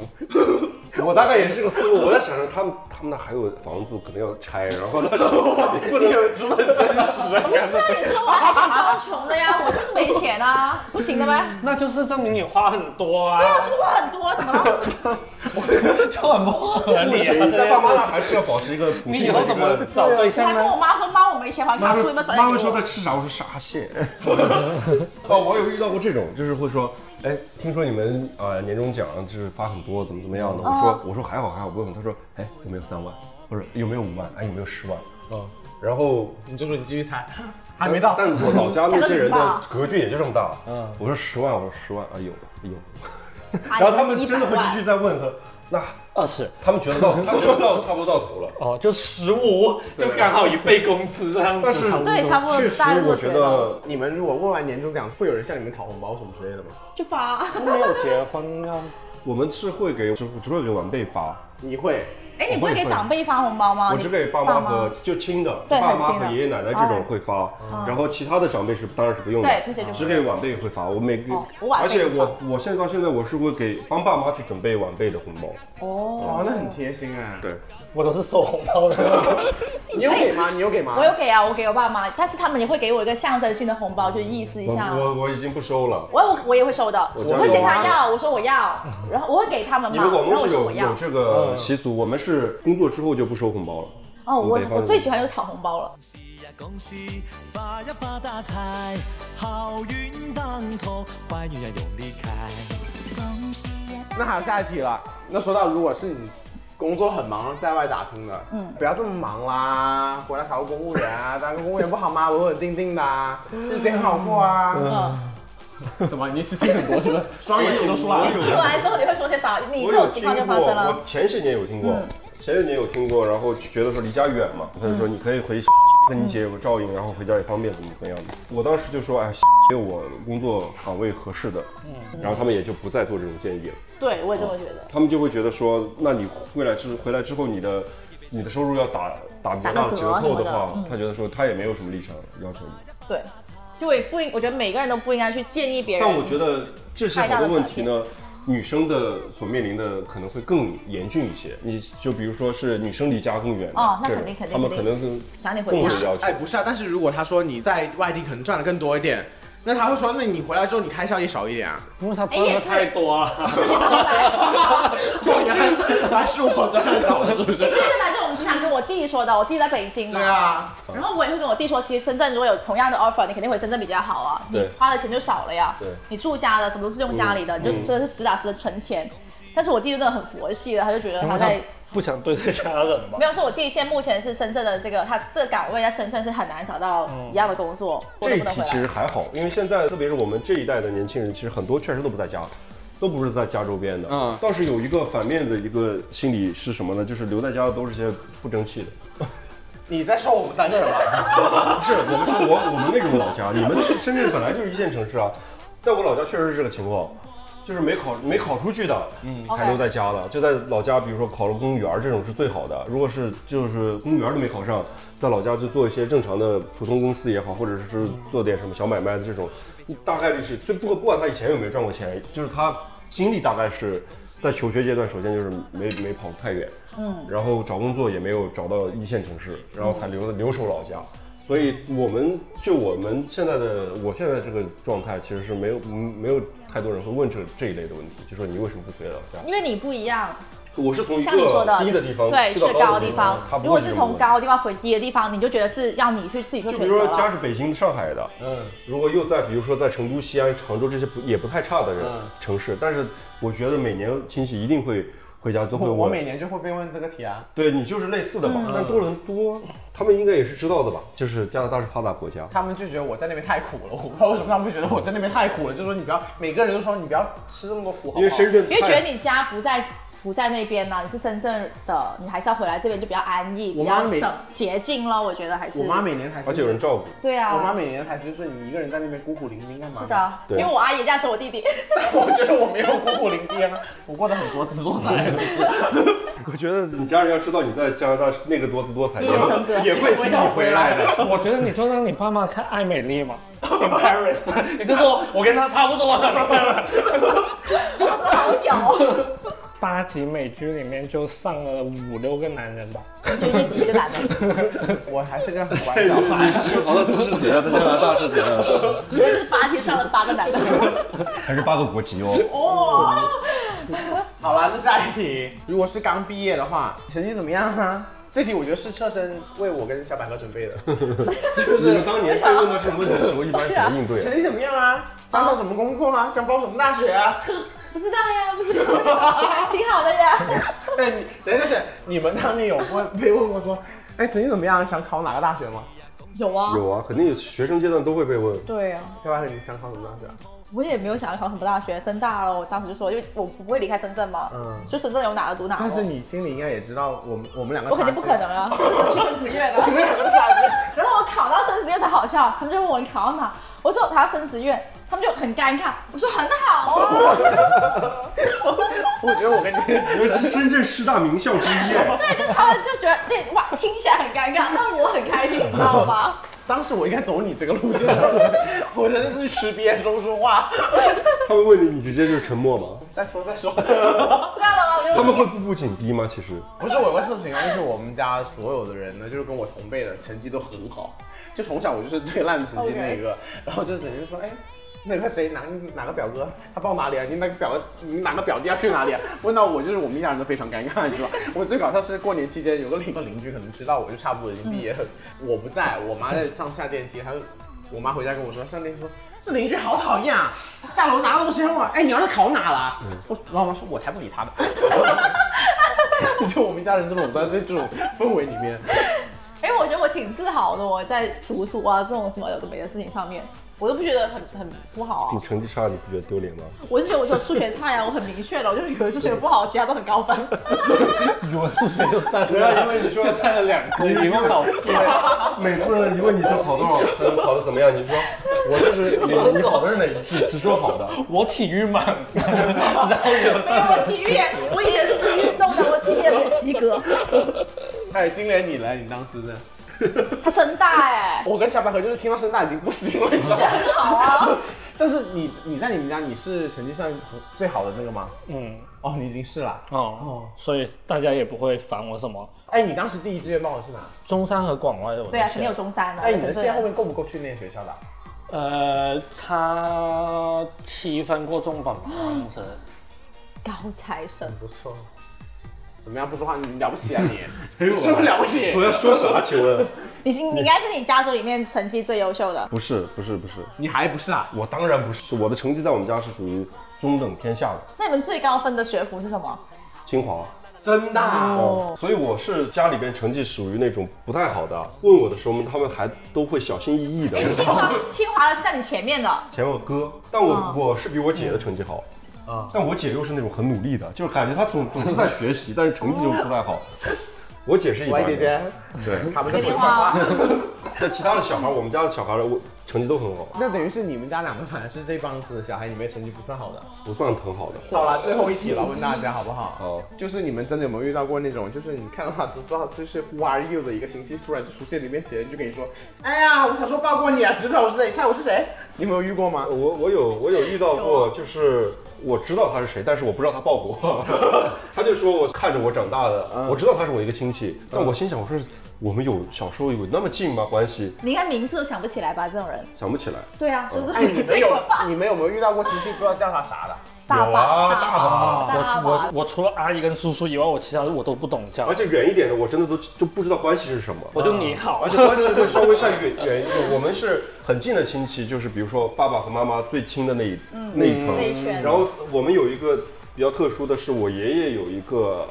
Speaker 2: 我大概也是这个思路。我在想着他们他们那还有房子可能要拆，然
Speaker 6: (laughs)
Speaker 2: 后那时候你不能
Speaker 3: 这么真实啊，
Speaker 5: 不是啊，你说我还比他们穷的
Speaker 2: (laughs)
Speaker 5: 呀，我就是没钱啊，不行的呗。
Speaker 2: 嗯
Speaker 6: 那就是证明你花很多啊，
Speaker 3: (laughs)
Speaker 5: 那就是花很多，怎么了？
Speaker 6: 就很不合
Speaker 2: 不
Speaker 6: 理、啊。
Speaker 2: 行，在爸妈那还是要保持一个普
Speaker 6: 你
Speaker 2: 信
Speaker 6: 以
Speaker 2: 的
Speaker 6: 后
Speaker 2: 一
Speaker 6: 怎么
Speaker 2: 个。
Speaker 6: 找对
Speaker 5: 还
Speaker 6: 象
Speaker 5: 跟
Speaker 3: 啊
Speaker 6: 呢？
Speaker 5: 我妈说，妈，我没钱还卡
Speaker 2: 妈
Speaker 5: 出，
Speaker 2: 说
Speaker 5: 有没有转
Speaker 2: 妈
Speaker 5: 点
Speaker 2: 会
Speaker 5: 给
Speaker 2: 说
Speaker 5: 我
Speaker 2: 在？吃啥？我说沙县。 (laughs) 哦，我有遇到过这种，就是会说，哎，听说你们呃年终奖就是发很多，怎么怎么样的？我
Speaker 5: 哦
Speaker 2: 说我说还好还好，不用。他说，哎，有没有三万？或者有没有五万？哎，有没有十万？
Speaker 8: 哦，
Speaker 2: 然后
Speaker 3: 你就说你继续猜，还没到。
Speaker 2: 但我老
Speaker 5: (laughs)
Speaker 2: 家那些人
Speaker 5: 讲
Speaker 2: 的
Speaker 5: 个礼
Speaker 2: 格局也就这么大。
Speaker 8: 嗯
Speaker 2: 我说十万，我说十万啊，有有。
Speaker 5: 啊
Speaker 2: 然后他们真的
Speaker 5: 100
Speaker 2: 会
Speaker 5: 万
Speaker 2: 继续再问和，那
Speaker 6: 二十
Speaker 2: 他们觉得到，他觉得到差不多到
Speaker 3: (laughs)
Speaker 2: 头了。
Speaker 6: 哦，就十五，就刚好一倍工资这样
Speaker 2: 但是
Speaker 6: 子，差不多。
Speaker 5: 对，差不多
Speaker 2: 确。
Speaker 5: 大家
Speaker 2: 实，
Speaker 5: 都
Speaker 2: 我觉
Speaker 5: 觉得
Speaker 2: 得
Speaker 3: 你们如果问完年终奖，会有人向你们讨红包什么之类的吗？
Speaker 2: (laughs)
Speaker 5: 就发。
Speaker 6: 都没有结婚啊，
Speaker 2: 我们是会给只只会给晚辈发，
Speaker 3: 你会？
Speaker 5: 哎，你不会给长辈发红包吗？
Speaker 2: 我只给爸妈和就亲的，
Speaker 5: 对
Speaker 2: 爸
Speaker 5: 很
Speaker 2: 妈
Speaker 5: 亲的哦
Speaker 2: 和爷爷奶奶这种会发，然后其他的长辈是当然是不用的，
Speaker 5: 对那些就不
Speaker 2: 只给晚辈会发。我每个
Speaker 5: 哦我晚辈
Speaker 2: 而且
Speaker 5: 不
Speaker 2: 我我现在到现在我是会给帮爸妈去准备晚辈的红包，
Speaker 5: 哦，
Speaker 3: 哦，那很贴心哎。
Speaker 2: 对，
Speaker 6: 我都是收红
Speaker 3: (laughs)
Speaker 6: 包的。
Speaker 3: 你有给吗？你有给吗？
Speaker 5: 哎我有给啊，我给我爸妈，但是他们也会给我一个象征性的红包，就意思一
Speaker 2: 我
Speaker 5: 下。
Speaker 2: 我我已经不收了。
Speaker 5: 我我我也会收的，
Speaker 2: 我
Speaker 5: 我会
Speaker 2: 家
Speaker 5: 写
Speaker 2: 有啊
Speaker 5: 他要，我说我要，然后我会给他们
Speaker 2: 你
Speaker 5: 嘛，
Speaker 2: 们广
Speaker 5: 然后
Speaker 2: 东
Speaker 5: 我
Speaker 2: 是
Speaker 5: 说
Speaker 2: 有
Speaker 5: 我要
Speaker 2: 有。这个习俗，我们是工作之后就不收红包了。
Speaker 5: 哦，我
Speaker 2: 北方
Speaker 5: 我
Speaker 2: 人
Speaker 5: 最喜欢就是讨红包了，
Speaker 7: 是呀，恭喜发呀发大财，好运当头，坏运呀永离开。
Speaker 4: 恭喜呀！
Speaker 3: 那还有下一题了。那说到如果是你工作很忙，在外打拼的，嗯，不要这么忙啦，回来考个公务员啊， (laughs) 当个公务员不好吗？稳稳定定的、啊，日子也很好过啊。
Speaker 2: (laughs)
Speaker 5: 嗯，
Speaker 3: 怎么？你是听很多是不是？双眼皮都出来了。
Speaker 5: 听完之后你会说些啥？你这种情况就发
Speaker 2: 我有
Speaker 5: 生
Speaker 2: 听过
Speaker 5: 了。嗯
Speaker 2: 我前些年有听过，前些年有听过，然后就觉得说离家远嘛，他就说你可以回。跟你姐有个照应，然后回家也方便，怎么怎么样的。我当时就说，哎，没有我工作岗位合适的，
Speaker 5: 嗯
Speaker 2: 然后他们也就不再做这种建议了。
Speaker 5: 对，我也这么觉得。
Speaker 2: 他们就会觉得说，那你回来之回来之后，你的你的收入要打打比较大
Speaker 5: 打个折
Speaker 2: 折扣的
Speaker 5: 什
Speaker 2: 话
Speaker 5: 么的嗯，
Speaker 2: 他觉得说他也没有什么立场要求你。
Speaker 5: 对，就我也不应，我觉得每个人都不应该去建议别人。
Speaker 2: 但我觉得这些好多问题呢，女生的所面临的可能会更严峻一些。你就比如说是女生离家更远的
Speaker 5: 哦那
Speaker 2: 这种
Speaker 5: 肯定肯定
Speaker 2: 他们
Speaker 5: 肯
Speaker 2: 可
Speaker 5: 定
Speaker 2: 能更
Speaker 5: 想你回
Speaker 2: 更有
Speaker 5: 家 (laughs)
Speaker 2: 要
Speaker 3: 哎，
Speaker 2: 求。
Speaker 3: 不是啊，但是如果他说你在外地可能赚的更多一点，那他会说，那你回来之后你开销也少一
Speaker 5: (laughs)
Speaker 3: 点啊。
Speaker 6: 因为他赚的太多啊
Speaker 3: 哎
Speaker 6: 了，
Speaker 3: 原来原来是我赚的少了，是不是？
Speaker 5: 这本来就是我们经常跟我弟说的，我弟在北京嘛。
Speaker 3: 对。啊，
Speaker 5: 然后我也会跟我弟说，其实深圳如果有同样的 offer，你肯定回深圳比较好啊，你
Speaker 2: 对
Speaker 5: 花的钱就少了呀。
Speaker 2: 对嗯
Speaker 5: 你住家的，什么都是用家里的，你就真的是实打实的存钱。但是我弟就真的很佛系的，他就觉得
Speaker 6: 因
Speaker 5: 他
Speaker 6: 为他
Speaker 5: 在
Speaker 6: 不想对这家人嘛
Speaker 5: 没。有，是我弟现在目前是深圳的这个他这个岗位在深圳是很难找到一样的工作，我
Speaker 2: 嗯这
Speaker 5: 能
Speaker 2: 一
Speaker 5: 不能
Speaker 2: 题
Speaker 5: 回
Speaker 2: 其
Speaker 5: 来？
Speaker 2: 实还好，因为现在特别是我们这一代的年轻人，其实很多确实都不在家，都不是在家周边的。
Speaker 3: 嗯
Speaker 2: 倒是有一个反面的一个心理是什么呢？就是留在家的都是些不争气的。
Speaker 3: 你在说我们三个人吗？
Speaker 2: (laughs) 不是，我们说我我们那种老家，你们深圳本来就是一线城市啊，在我老家确实是这个情况，就是没考没考出去的，嗯，还留在家的，就在老家，比如说考了公务员这种是最好的。如果是就是公务员都没考上，在老家就做一些正常的普通公司也好，或者是做点什么小买卖的这种，大概率是就不过不管他以前有没有赚过钱，就是他经历大概是。在求学阶段，首先就是没没跑太远，嗯，然后找工作也没有找到一线城市，然后才留留守老家。所以我们就我们现在的我现在这个状态，其实是没有嗯没有太多人会问这这一类的问题，就说你为什么不回老家？
Speaker 5: 因为你不一样，
Speaker 2: 我是从一
Speaker 5: 像你说的
Speaker 2: 个，低的地方
Speaker 5: 对，
Speaker 2: 去
Speaker 5: 去
Speaker 2: 到
Speaker 5: 高
Speaker 2: 高
Speaker 5: 的地方
Speaker 2: 他。不
Speaker 5: 如果
Speaker 2: 会去
Speaker 5: 是
Speaker 2: 这么
Speaker 5: 从
Speaker 2: 问
Speaker 5: 高的地方回低的地方，你就觉得是要你去自己做
Speaker 2: 就比
Speaker 5: 选
Speaker 2: 如
Speaker 5: 择
Speaker 2: 说家
Speaker 5: 了。
Speaker 2: 是北京、上海的，嗯，如果又在比如说在成都、西安、常州这些不也不太差的
Speaker 3: 嗯
Speaker 2: 人、城市，但是我觉得每年亲戚一定会回家都会
Speaker 3: 我
Speaker 2: 问。
Speaker 3: 我每年就会被问这个题啊。
Speaker 2: 对你就是类似的嘛，但是多伦多他们应该也是知道的吧？就是加拿大是发达国家，
Speaker 3: 他们就觉得我在那边太苦了，我 (laughs) 不知道为什么他们会觉得我在那边太苦了，就说你不要，每个人都说你不要吃这么多苦，好
Speaker 2: 因为
Speaker 3: 不好？
Speaker 2: 深圳
Speaker 5: 因为
Speaker 2: 太
Speaker 5: 觉得你家不在不在那边嘛，你是深圳的，你还是要回来这边就比较安逸，
Speaker 3: 我
Speaker 5: 比
Speaker 3: 妈
Speaker 5: 较
Speaker 3: 每
Speaker 5: 省捷径咯。我觉得还是
Speaker 3: 我妈每年台词，
Speaker 2: 而且有人照顾。
Speaker 5: 对啊，
Speaker 3: 我妈每年台词就是你一个人在那边孤苦伶仃干嘛？
Speaker 5: 是，的，因
Speaker 2: 对
Speaker 5: 为我阿姨这样说
Speaker 3: (laughs)
Speaker 5: 我弟弟，
Speaker 3: 我觉得我没有孤苦伶仃啊，我过得很多姿多彩。
Speaker 6: 啊
Speaker 2: 我觉得你家人要知道你在加拿大是那个多姿多彩，
Speaker 5: 夜笙歌
Speaker 2: 也会逼你回来的。
Speaker 6: (laughs) 我觉得你就让你爸妈看《爱美丽》嘛，《In Paris》，你就说我跟他差不多了。 (laughs)
Speaker 5: 我说好屌哦。
Speaker 6: 八集美剧里面就上了五六个男人吧。
Speaker 5: 就一集一个打的。
Speaker 3: 我还是个很乖小孩。
Speaker 2: 去好多姿势节啊，在加拿大是怎样？
Speaker 5: 因为这八天上了八个男的。 (laughs)
Speaker 2: 还是八个国籍哦。
Speaker 3: 好了，那下一题，如果是刚毕业的话，成绩怎么样啊？ (laughs) 这题我觉得是设身为我跟小百合准备 (laughs) 的。
Speaker 2: 就是你们当年被问到这种问题的时候，一般怎么应 (laughs) 对
Speaker 3: 成
Speaker 2: 啊？
Speaker 3: 绩怎么样啊？想找什么工作啊？想报什么大学啊？ (laughs)
Speaker 5: 不知道 (laughs) 呀，不知道，挺好的呀。
Speaker 3: 哎，你等一下，你们当年有问被问过说，哎，成绩怎么样？想考哪个大学吗？
Speaker 5: 有啊，
Speaker 2: 有啊，肯定有，学生阶段都会被问。
Speaker 5: 对啊，
Speaker 3: 小百合，你想考什么大学啊？
Speaker 5: 我也没有想要考什么大学，深大了。我当时就说，因为我不会离开深圳嘛，
Speaker 3: 嗯
Speaker 5: 就深圳有哪个读哪个。
Speaker 3: 但是你心里应该也知道，我们我们两个
Speaker 5: 啊我肯定
Speaker 3: 差距
Speaker 5: 不可能啊，就是去生
Speaker 3: (laughs)
Speaker 5: 职院的。
Speaker 3: 我们两个差距。
Speaker 5: 然后我考到生职院才好笑，他们就问我你考到哪，我说我考到生职院，他们就很尴尬，我说很好
Speaker 3: (laughs)
Speaker 5: 啊，
Speaker 3: 我觉得我跟你，
Speaker 2: 因为是深圳十大名校之一啊耶。
Speaker 5: 对，就他们就觉得对哇，听起来很尴尬，但我很开心，你知道吗？
Speaker 3: 当时我应该走你这个路线， (laughs) 我真的是吃瘪说说话。
Speaker 2: (laughs) 他们问你，你直接就是沉默吗？
Speaker 3: 再说再说。
Speaker 5: 知道了吗？我就
Speaker 2: 他们会步步紧逼吗？其实
Speaker 3: 不是我有个特殊情况，就是我们家所有的人呢，就是跟我同辈的成绩都很好，就从小我就是最烂的成绩那个然后就等于说，哎。那个谁哪个哪个表哥，他报哪里啊？你那个表你哪个表弟要去哪里啊？问到我就是我们一家人都非常尴尬，你知道吗？我最搞笑是过年期间有个邻个邻居可能知道我就差不多已经毕业了，我不在，我妈在上下电梯，她就我妈回家跟我说，上电梯说这邻居好讨厌啊，下楼拿东西问我，哎，你儿子考哪了？我然后我妈说我才不理他呢。 (laughs) 就我们家人这种在这种氛围里 (laughs) 面，
Speaker 5: 因哎为我觉得我挺自豪的，我在读书啊这种什么有的没的事情上面，我都不觉得很很不好啊
Speaker 2: 你。成绩差，你不觉得丢脸吗？
Speaker 5: 我是觉得我说数学差呀，我很明确的，我就是有的数学不好，其他都很高分。 (laughs)
Speaker 6: 语文、数学就占了，
Speaker 2: 对
Speaker 6: (laughs)
Speaker 2: 啊因为你 (laughs) 说
Speaker 6: 就占了两科，一共考四科。
Speaker 2: 每次一问你说考多少分，考的怎么样，你说我就是你，你考的是哪一季？只说好的。
Speaker 6: 我体育满 (laughs) 分，然后有
Speaker 5: 没有，我体育也，我以前是不运动的，我体育也没有及格。
Speaker 3: 哎，金莲你来，你当时的，
Speaker 5: 他深大哎、
Speaker 3: 我跟小百合就是听到声大已经不行了，你知道
Speaker 5: 我觉得
Speaker 3: 吗？
Speaker 5: 很
Speaker 3: (laughs)
Speaker 5: 好啊。
Speaker 3: 但是你你在你们家你是成绩算很最好的那个吗？
Speaker 6: 嗯
Speaker 3: 哦，你已经是了。
Speaker 6: 哦，所以大家也不会烦我什么。
Speaker 3: 哎，你当时第一志愿报的是哪？
Speaker 6: 中山和广外的我都
Speaker 5: 对啊，
Speaker 6: 写
Speaker 5: 肯定有中山啊。
Speaker 3: 哎，你的
Speaker 5: 深
Speaker 3: 线
Speaker 5: 圳
Speaker 3: 后面够不够去那个学校的？
Speaker 6: 呃差七分过
Speaker 3: (gasps)
Speaker 6: 重本吧，好像是。
Speaker 5: 高材生，
Speaker 3: 不错。怎么样？不说话，你了不起啊你？ (laughs) 是不是了不起？
Speaker 2: 我要说啥？请问？
Speaker 5: 你是你应该是你家族里面成绩最优秀的。
Speaker 2: 不是，不是，不是，
Speaker 3: (laughs) 你还不是 (laughs) 啊？
Speaker 2: 我当然不是。我的成绩在我们家是属于中等偏下的，
Speaker 5: 那你们最高分的学府是什么？
Speaker 2: 清华。
Speaker 3: 真的啊？
Speaker 2: 哦，所以我是家里边成绩属于那种不太好的。问我的时候，他们还都会小心翼翼的。
Speaker 5: 清华，清华的是在你前面的。
Speaker 2: 前我哥，但我、我是比我姐的成绩好。啊，但我姐又是那种很努力的，就是感觉她总总是在学习，但是成绩就不太好。我姐是一
Speaker 3: 喂，
Speaker 2: 般
Speaker 3: 姐姐，(laughs)
Speaker 2: 对。
Speaker 3: 卡不是
Speaker 5: 电话
Speaker 2: 但其他的小孩，我们家的小孩，我成绩都很好，
Speaker 3: 那等于是你们家两个反而是这帮子小孩里面成绩不算好的。
Speaker 2: 不算很好的。
Speaker 3: 好了，最后一题了，问大家好不好？
Speaker 2: 好
Speaker 3: 就是你们真的有没有遇到过那种，就是你看到他都不知道就是 Who are you 的一个信息突然就出现你面前，就跟你说，哎呀，我小时候抱过你啊，知不知道我是谁？猜我是谁？你们有遇过吗？
Speaker 2: 我我有我有遇到过，就是我知道他是谁，但是我不知道他报国。他就说我看着我长大的，我知道他是我一个亲戚，但我心想我说我们有小时候有那么近吗？关系
Speaker 5: 你应该名字都想不起来吧？这种人。
Speaker 2: 想不起来。
Speaker 5: 对啊，就是
Speaker 3: 哎，你们
Speaker 5: 最
Speaker 3: 有 (laughs)
Speaker 5: 可怕。
Speaker 3: 你们有没有遇到过亲戚不知道叫他啥的？
Speaker 5: 大
Speaker 2: 有啊
Speaker 5: 把，把，
Speaker 2: 大
Speaker 5: 大
Speaker 6: 我
Speaker 5: 把。
Speaker 6: 我除了阿姨跟叔叔以外，我其他的我都不懂嗯叫
Speaker 2: 而，且远一点的，我真的都就不知道关系是什么。
Speaker 6: 我就你好
Speaker 2: (laughs) 而。且关系会稍微再远远一点。我们是很近的亲戚，就是比如说爸爸和妈妈最亲的那一、那一层。
Speaker 5: 那一圈
Speaker 2: 然后我们有一个比较特殊的是，我爷爷有一个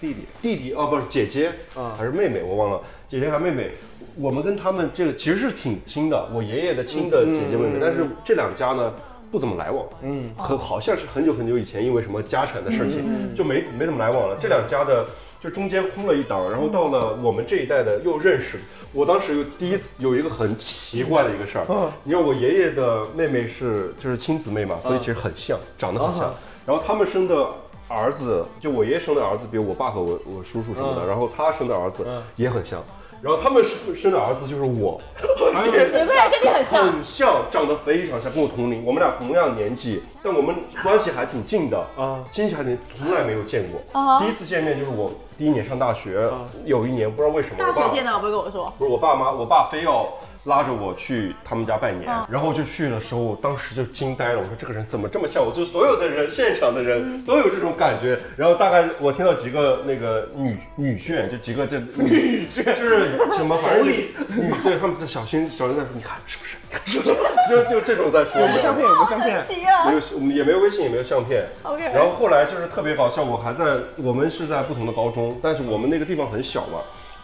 Speaker 2: 弟弟，弟弟哦不是姐姐、还是妹妹，我忘了，姐姐还是妹妹。我们跟他们这个其实是挺亲的，我爷爷的亲的姐姐妹妹，但是这两家呢。不怎么来往，嗯，很好像是很久很久以前，因为什么家产的事情，就没没怎么来往了。这两家的就中间空了一档，然后到了我们这一代的又认识。我当时有第一次有一个很奇怪的一个事儿，你知道我爷爷的妹妹是就是亲姊妹嘛，所以其实很像，长得很像。然后他们生的儿子，就我爷爷生的儿子比我爸和我我叔叔什么的，然后他生的儿子也很像。然后他们生生的儿子就是我，还有
Speaker 5: 有个人跟你很像，
Speaker 3: 啊
Speaker 2: 很像，长得非常像，跟我同龄，我们俩同样年纪，但我们关系还挺近的啊，亲戚还挺，从来没有见过。
Speaker 5: 啊
Speaker 2: 第一次见面就是我第一年上大学，有一年不知道为什么，
Speaker 5: 大
Speaker 2: 我
Speaker 5: 学
Speaker 2: 爸
Speaker 5: 见的，我不会跟我说，
Speaker 2: 不是我爸妈，我爸非要拉着我去他们家拜年，然后就去的时候，当时就惊呆了。我说这个人怎么这么像我？就所有的人，现场的人都有这种感觉。然后大概我听到几个那个女女眷，就几个这女眷就是什么，反正女对他们在小心小心在说，你看是不 (laughs) 是？你看是不是？就就这种在说。
Speaker 3: 有相片，有相
Speaker 5: 神
Speaker 3: 片。
Speaker 5: 奇啊
Speaker 2: 没！有，我们也没有微信，也没有相片。
Speaker 5: OK
Speaker 2: 然后后来就是特别搞笑，我还在我们是在不同的高中，但是我们那个地方很小嘛。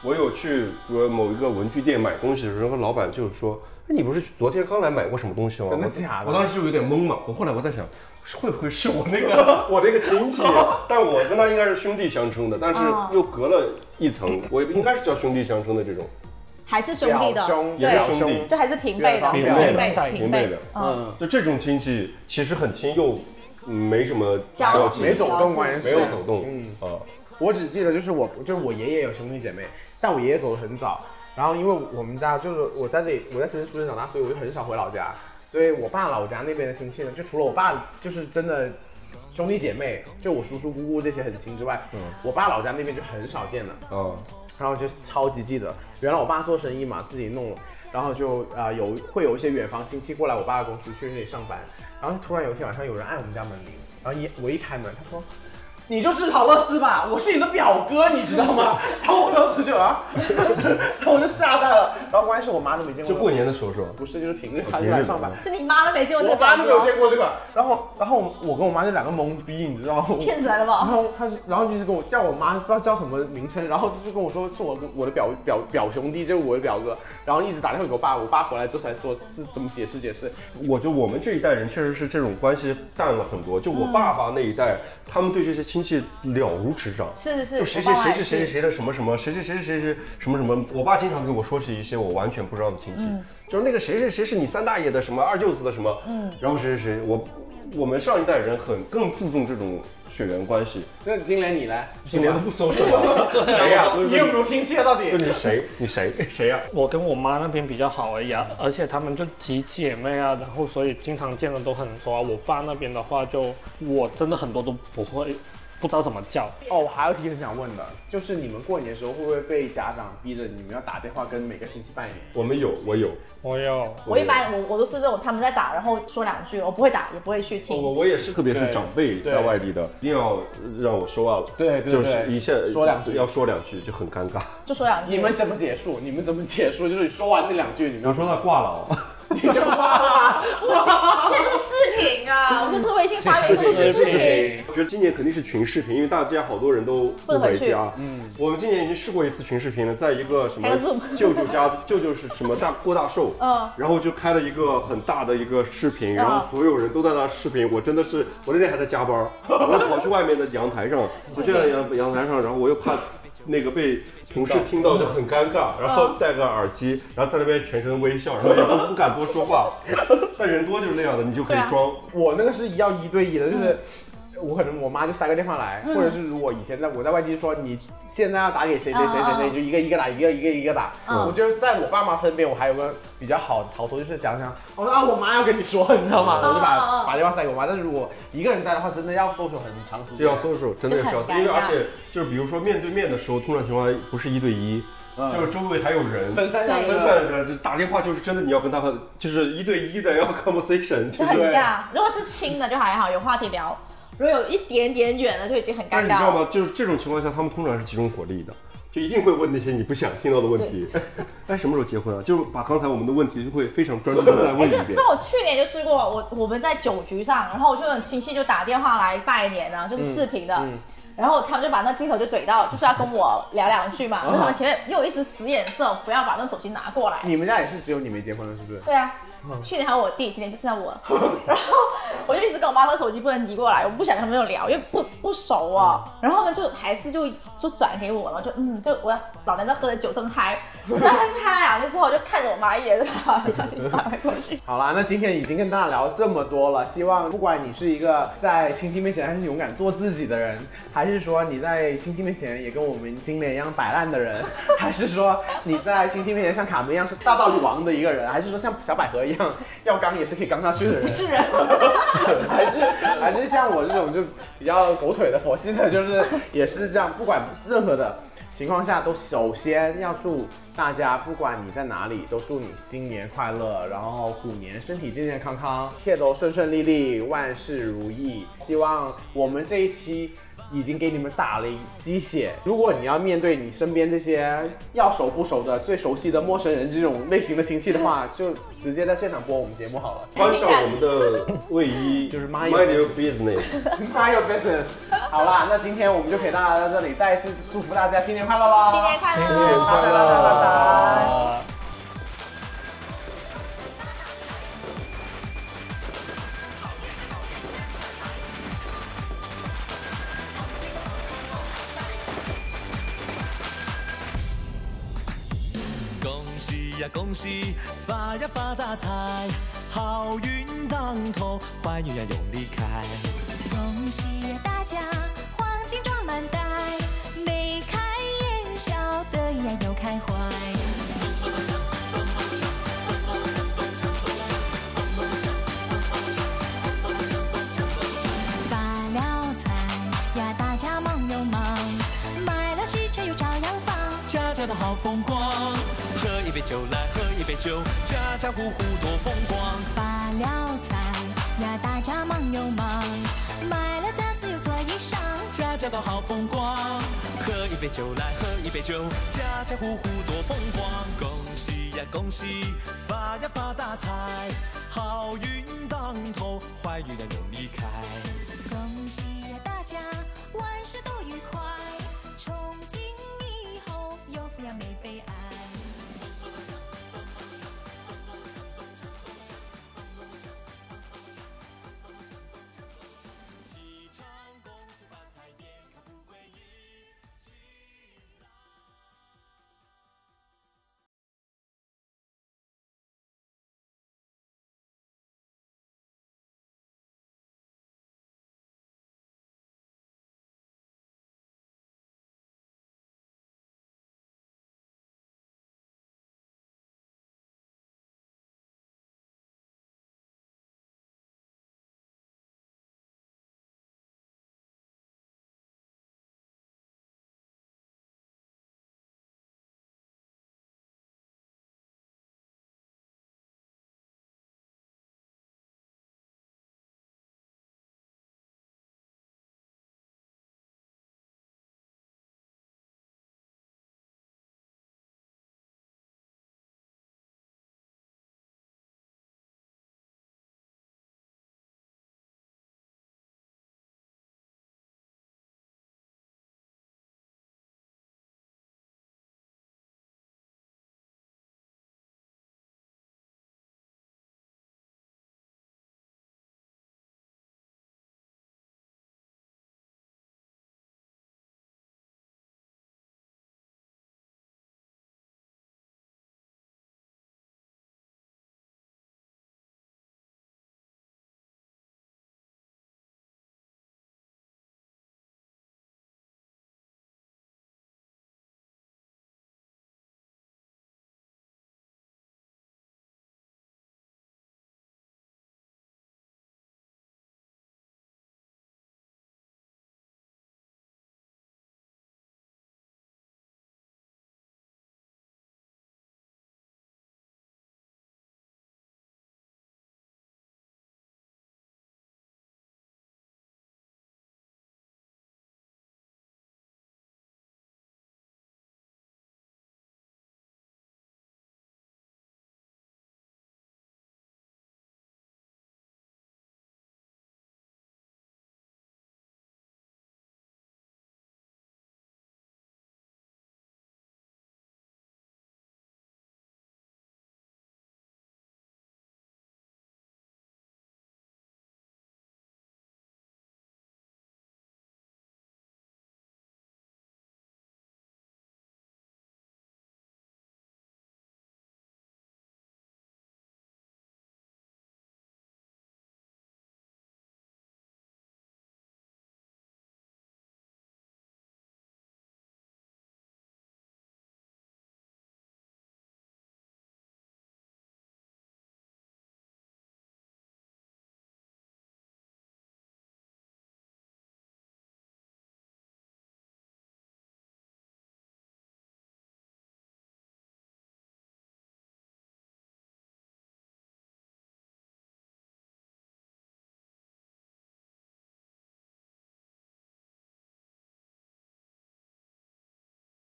Speaker 2: 我有去我某一个文具店买东西的时候，老板就是说：“哎，你不是昨天刚来买过什么东西吗？”
Speaker 3: 真的
Speaker 2: 我
Speaker 3: 假的
Speaker 2: 我当时就有点懵嘛。我后来我在想，是会不会是我那
Speaker 3: (laughs)
Speaker 2: 个我那个亲戚？但我跟他应该是兄弟相称的，但是
Speaker 5: 嗯
Speaker 2: 又隔了一层，我应该是叫兄弟相称的这种，
Speaker 5: 还是兄弟
Speaker 3: 表，
Speaker 5: 的
Speaker 3: 兄
Speaker 2: 也是
Speaker 5: 对，
Speaker 2: 兄弟
Speaker 5: 就还是平辈的，
Speaker 3: 平
Speaker 5: 平
Speaker 3: 辈
Speaker 5: 辈
Speaker 3: 的
Speaker 5: 的，
Speaker 2: 平
Speaker 5: 平
Speaker 2: 辈
Speaker 5: 辈
Speaker 2: 的
Speaker 5: 的。。嗯，
Speaker 2: 就这种亲戚其实很亲，又没什么
Speaker 5: 交
Speaker 2: 集
Speaker 5: 集
Speaker 3: 没走动关系，
Speaker 2: 没有走动。
Speaker 3: 嗯
Speaker 2: 啊。
Speaker 3: 我只记得就是我，就是我爷爷有兄弟姐妹，但我爷爷走的很早。然后因为我们家就是我在这里，我在深圳出生长大，所以我就很少回老家。所以我爸老家那边的亲戚呢，就除了我爸就是真的兄弟姐妹，就我叔叔姑姑这些很亲之外，
Speaker 2: 嗯
Speaker 3: 我爸老家那边就很少见了。
Speaker 2: 啊，
Speaker 3: 然后就超级记得，原来我爸做生意嘛，自己弄了，然后就啊有会有一些远房亲戚过来我爸的公司去那里上班，然后突然有一天晚上有人按我们家门铃，然后一我一开门，他说。你就是陶乐斯吧？我是你的表哥，你知道吗？ (laughs) 然后我当时就啊，然后我就吓呆了。然后关键是我妈都没见过，
Speaker 2: 就过年的时候是吧？
Speaker 3: (laughs) 不是就是平日她就来上班，
Speaker 5: 就你妈都没见过这
Speaker 3: 我
Speaker 5: 个
Speaker 3: 妈都
Speaker 5: 表
Speaker 3: 没有
Speaker 5: 情，啊
Speaker 3: 见过这个。然后然后我跟我妈就两个懵逼，你知道吗？
Speaker 5: 骗子来啊
Speaker 3: 然
Speaker 5: 了吧？
Speaker 3: 后他是，然后就是跟我叫我妈，不知道叫什么名称，然后就跟我说是我跟我的表表表兄弟，就是我的表哥，然后一直打电话给我爸，我爸回来之后才说是怎么解 (laughs) 释解释。
Speaker 2: 我觉得我们这一代人确实是这种关系淡了很多。就
Speaker 5: 嗯
Speaker 2: 我爸爸那一代，他们对这些亲戚了如指掌。
Speaker 5: 是是，
Speaker 2: 就是谁谁
Speaker 5: 我爸
Speaker 2: 哦谁
Speaker 5: 还
Speaker 2: 是谁谁谁的什么什么，谁谁谁是谁是什么什么。我爸经常跟我说起一些我完全不知道的亲戚，
Speaker 5: 嗯
Speaker 2: 就是那个谁谁谁是你三大爷的什么二舅子的什么，
Speaker 5: 嗯
Speaker 2: 然后谁谁谁，我我们上一代人很更注重这种血缘关系，
Speaker 3: 那今年你嘞？
Speaker 2: 就连都不搜索，
Speaker 3: 啊
Speaker 2: 谁呀、都是
Speaker 3: 你有没有亲戚啊？到
Speaker 2: 就
Speaker 3: 底？
Speaker 2: 你谁你谁谁呀、
Speaker 6: 我跟我妈那边比较好而已啊，而且她们就几姐妹啊，然后所以经常见的都很熟啊。我爸那边的话就，我真的很多都不会，不知道怎么叫。
Speaker 3: 哦，我还有题很想问的，就是你们过年的时候会不会被家长逼着你们要打电话跟每个亲戚拜年？
Speaker 2: 我们有我有，
Speaker 6: 我有，
Speaker 5: 我一般我我都是这种他们在打，然后说两句，我不会打，也不会去
Speaker 3: 哦
Speaker 5: 听。
Speaker 2: 哦我我也是，特别是长辈
Speaker 3: 对
Speaker 2: 在外地的，一定要让我说 up，
Speaker 3: 对对
Speaker 2: 就是
Speaker 3: 对
Speaker 2: 一下
Speaker 3: 说两句
Speaker 2: 要说两句就很尴尬。
Speaker 5: 就说两句。
Speaker 3: 你们怎么结束？你们怎么结束？就是说完那两句，你们
Speaker 2: 我说他挂了哦，
Speaker 3: 你就挂了。
Speaker 5: 不行，现在是视频啊，我们这是微信发言，这都 (laughs)
Speaker 3: (laughs)
Speaker 5: 是视频。
Speaker 2: 我觉得今年肯定是群视频，因为大家好多人都不
Speaker 5: 不能
Speaker 2: 回
Speaker 5: 回去
Speaker 2: 家。嗯，我们今年已经试过一次群视频了，在一个什么
Speaker 5: 开个 Zoom
Speaker 2: (laughs) 舅舅家，舅舅是什么大郭大寿，
Speaker 5: 嗯
Speaker 2: 然后就开了一个很大的一个视频，然后
Speaker 5: 嗯
Speaker 2: 所有人都在那视频，我真的是，我那天还在加班儿，我跑去外面的阳台
Speaker 5: (laughs)
Speaker 2: 上，我就在阳阳台上，然后我又怕那个被同事听到就很尴尬，然
Speaker 5: 嗯
Speaker 2: 后戴个耳机，然后在那边全程微笑，然后也不不敢多说
Speaker 5: (laughs)
Speaker 2: 话，但人多就是那样的，你就可以
Speaker 5: 对啊
Speaker 2: 装。
Speaker 3: 我那个是要一对一的，
Speaker 5: 嗯
Speaker 3: 就是。我可能我妈就塞个电话来，或者是如果以前在我在外地说你现在要打给谁谁谁谁
Speaker 5: 嗯
Speaker 3: 谁，
Speaker 5: 嗯
Speaker 3: 就一个一个打，一个一个一个打。
Speaker 5: 嗯
Speaker 3: 我觉得在我爸妈身边，我还有个比较好的逃脱，就是讲讲，我说啊我妈要跟你说，你知道吗？我就
Speaker 5: 嗯
Speaker 3: 把
Speaker 5: 嗯
Speaker 3: 把电话塞给我妈。但是如果一个人在的话，真的要搜索很长时
Speaker 2: 就
Speaker 3: 间
Speaker 2: 要。搜索，真的是要搜
Speaker 5: 就很尴尬
Speaker 2: 因为而且就是比如说面对面的时候，通常情况下不是一对一，就是周围还有人。
Speaker 3: 嗯分散一下
Speaker 5: 对
Speaker 2: 分散着，就打电话就是真的，你要跟他很就是一对一的要 conversation，
Speaker 5: 就
Speaker 2: 就
Speaker 5: 很
Speaker 2: 是。
Speaker 5: 尬。如果是亲的就还好，有话题聊；如果有一点点远的，就已经很
Speaker 2: 但是
Speaker 5: 尴
Speaker 2: 你知道
Speaker 5: 尬了。
Speaker 2: 吗？就是这种情况下，他们通常是集中火力的，就一定会问那些你不想听到的问题。 (laughs) 哎，什么时候结婚啊？就是把刚才我们的问题就会非常专注的再问
Speaker 5: 哎，
Speaker 2: 一
Speaker 5: 就
Speaker 2: 遍
Speaker 5: 就。我去年就试过，我我们在酒局上，然后我就有亲戚就打电话来拜年啊，就是视频的，
Speaker 2: 嗯
Speaker 5: 然后他们就把那镜头就怼到，就是要跟我聊两句
Speaker 2: 啊
Speaker 5: 嘛，然后他们前面又一直使眼色，不要把那手机拿过来。
Speaker 3: 你们家也是只有你没结婚了，是不是？
Speaker 5: 对啊，
Speaker 2: 嗯
Speaker 5: 去年还有我弟，今年就剩下我了。 (laughs) 然后我就一直跟我妈说手机不能移过来，我不想跟他们又聊，因为不不熟啊。
Speaker 2: 嗯
Speaker 5: 然后他们就还是就就转给我了，就嗯，就我老娘在喝的酒正嗨，正嗨两句之后，我就看着我妈一眼，就把手机转回过去。
Speaker 3: 好啦，那今天已经跟大家聊这么多了，希望不管你是一个在亲戚面前还是勇敢做自己的人，还是说你在亲戚面前也跟我们今年一样摆烂的人， (laughs) 还是说你在亲戚面前像卡门一样是大道理王的一个人，还是说像小百合一样 (laughs) 要刚也是可以刚上去的人，
Speaker 5: 是人，
Speaker 3: (laughs) 还是还是像我这种就比较狗腿的、佛系的，就是也是这样，不管任何的情况下，都首先要祝大家，不管你在哪里，都祝你新年快乐，然后虎年身体健健康康，一切都顺顺利利，万事如意。希望我们这一期。已经给你们打了一鸡血。如果你要面对你身边这些要熟不熟的、最熟悉的陌生人这种类型的亲戚的话，就直接在现场播我们节目好了。
Speaker 5: 哎
Speaker 2: 穿上我们的卫衣，
Speaker 3: 就是 mind
Speaker 2: mind
Speaker 3: your
Speaker 2: your business。
Speaker 3: Mind your business。好啦，那今天我们就陪大家到这里，再一次祝福大家新年快乐啦！
Speaker 5: 新年快乐！
Speaker 3: 大家大家拜拜。
Speaker 8: 恭喜呀恭喜，发呀发大财，好运当头，坏运呀永离开。
Speaker 4: 恭喜大家，黄金装满袋，眉开眼笑的呀又开怀。发了财呀，大家忙又忙，买了喜鹊又照样放。
Speaker 8: 家家都好风光，喝一杯酒来喝一杯酒，家家户户多风光。
Speaker 4: 发了财呀，大家忙又忙，买了家私又做衣裳。
Speaker 8: 家家都好风光，喝一杯酒来喝一杯酒，家家户户多风光。恭喜呀恭喜，发呀发大财，好运当头，坏运呀永离开。
Speaker 4: 恭喜大家，万事都愉快。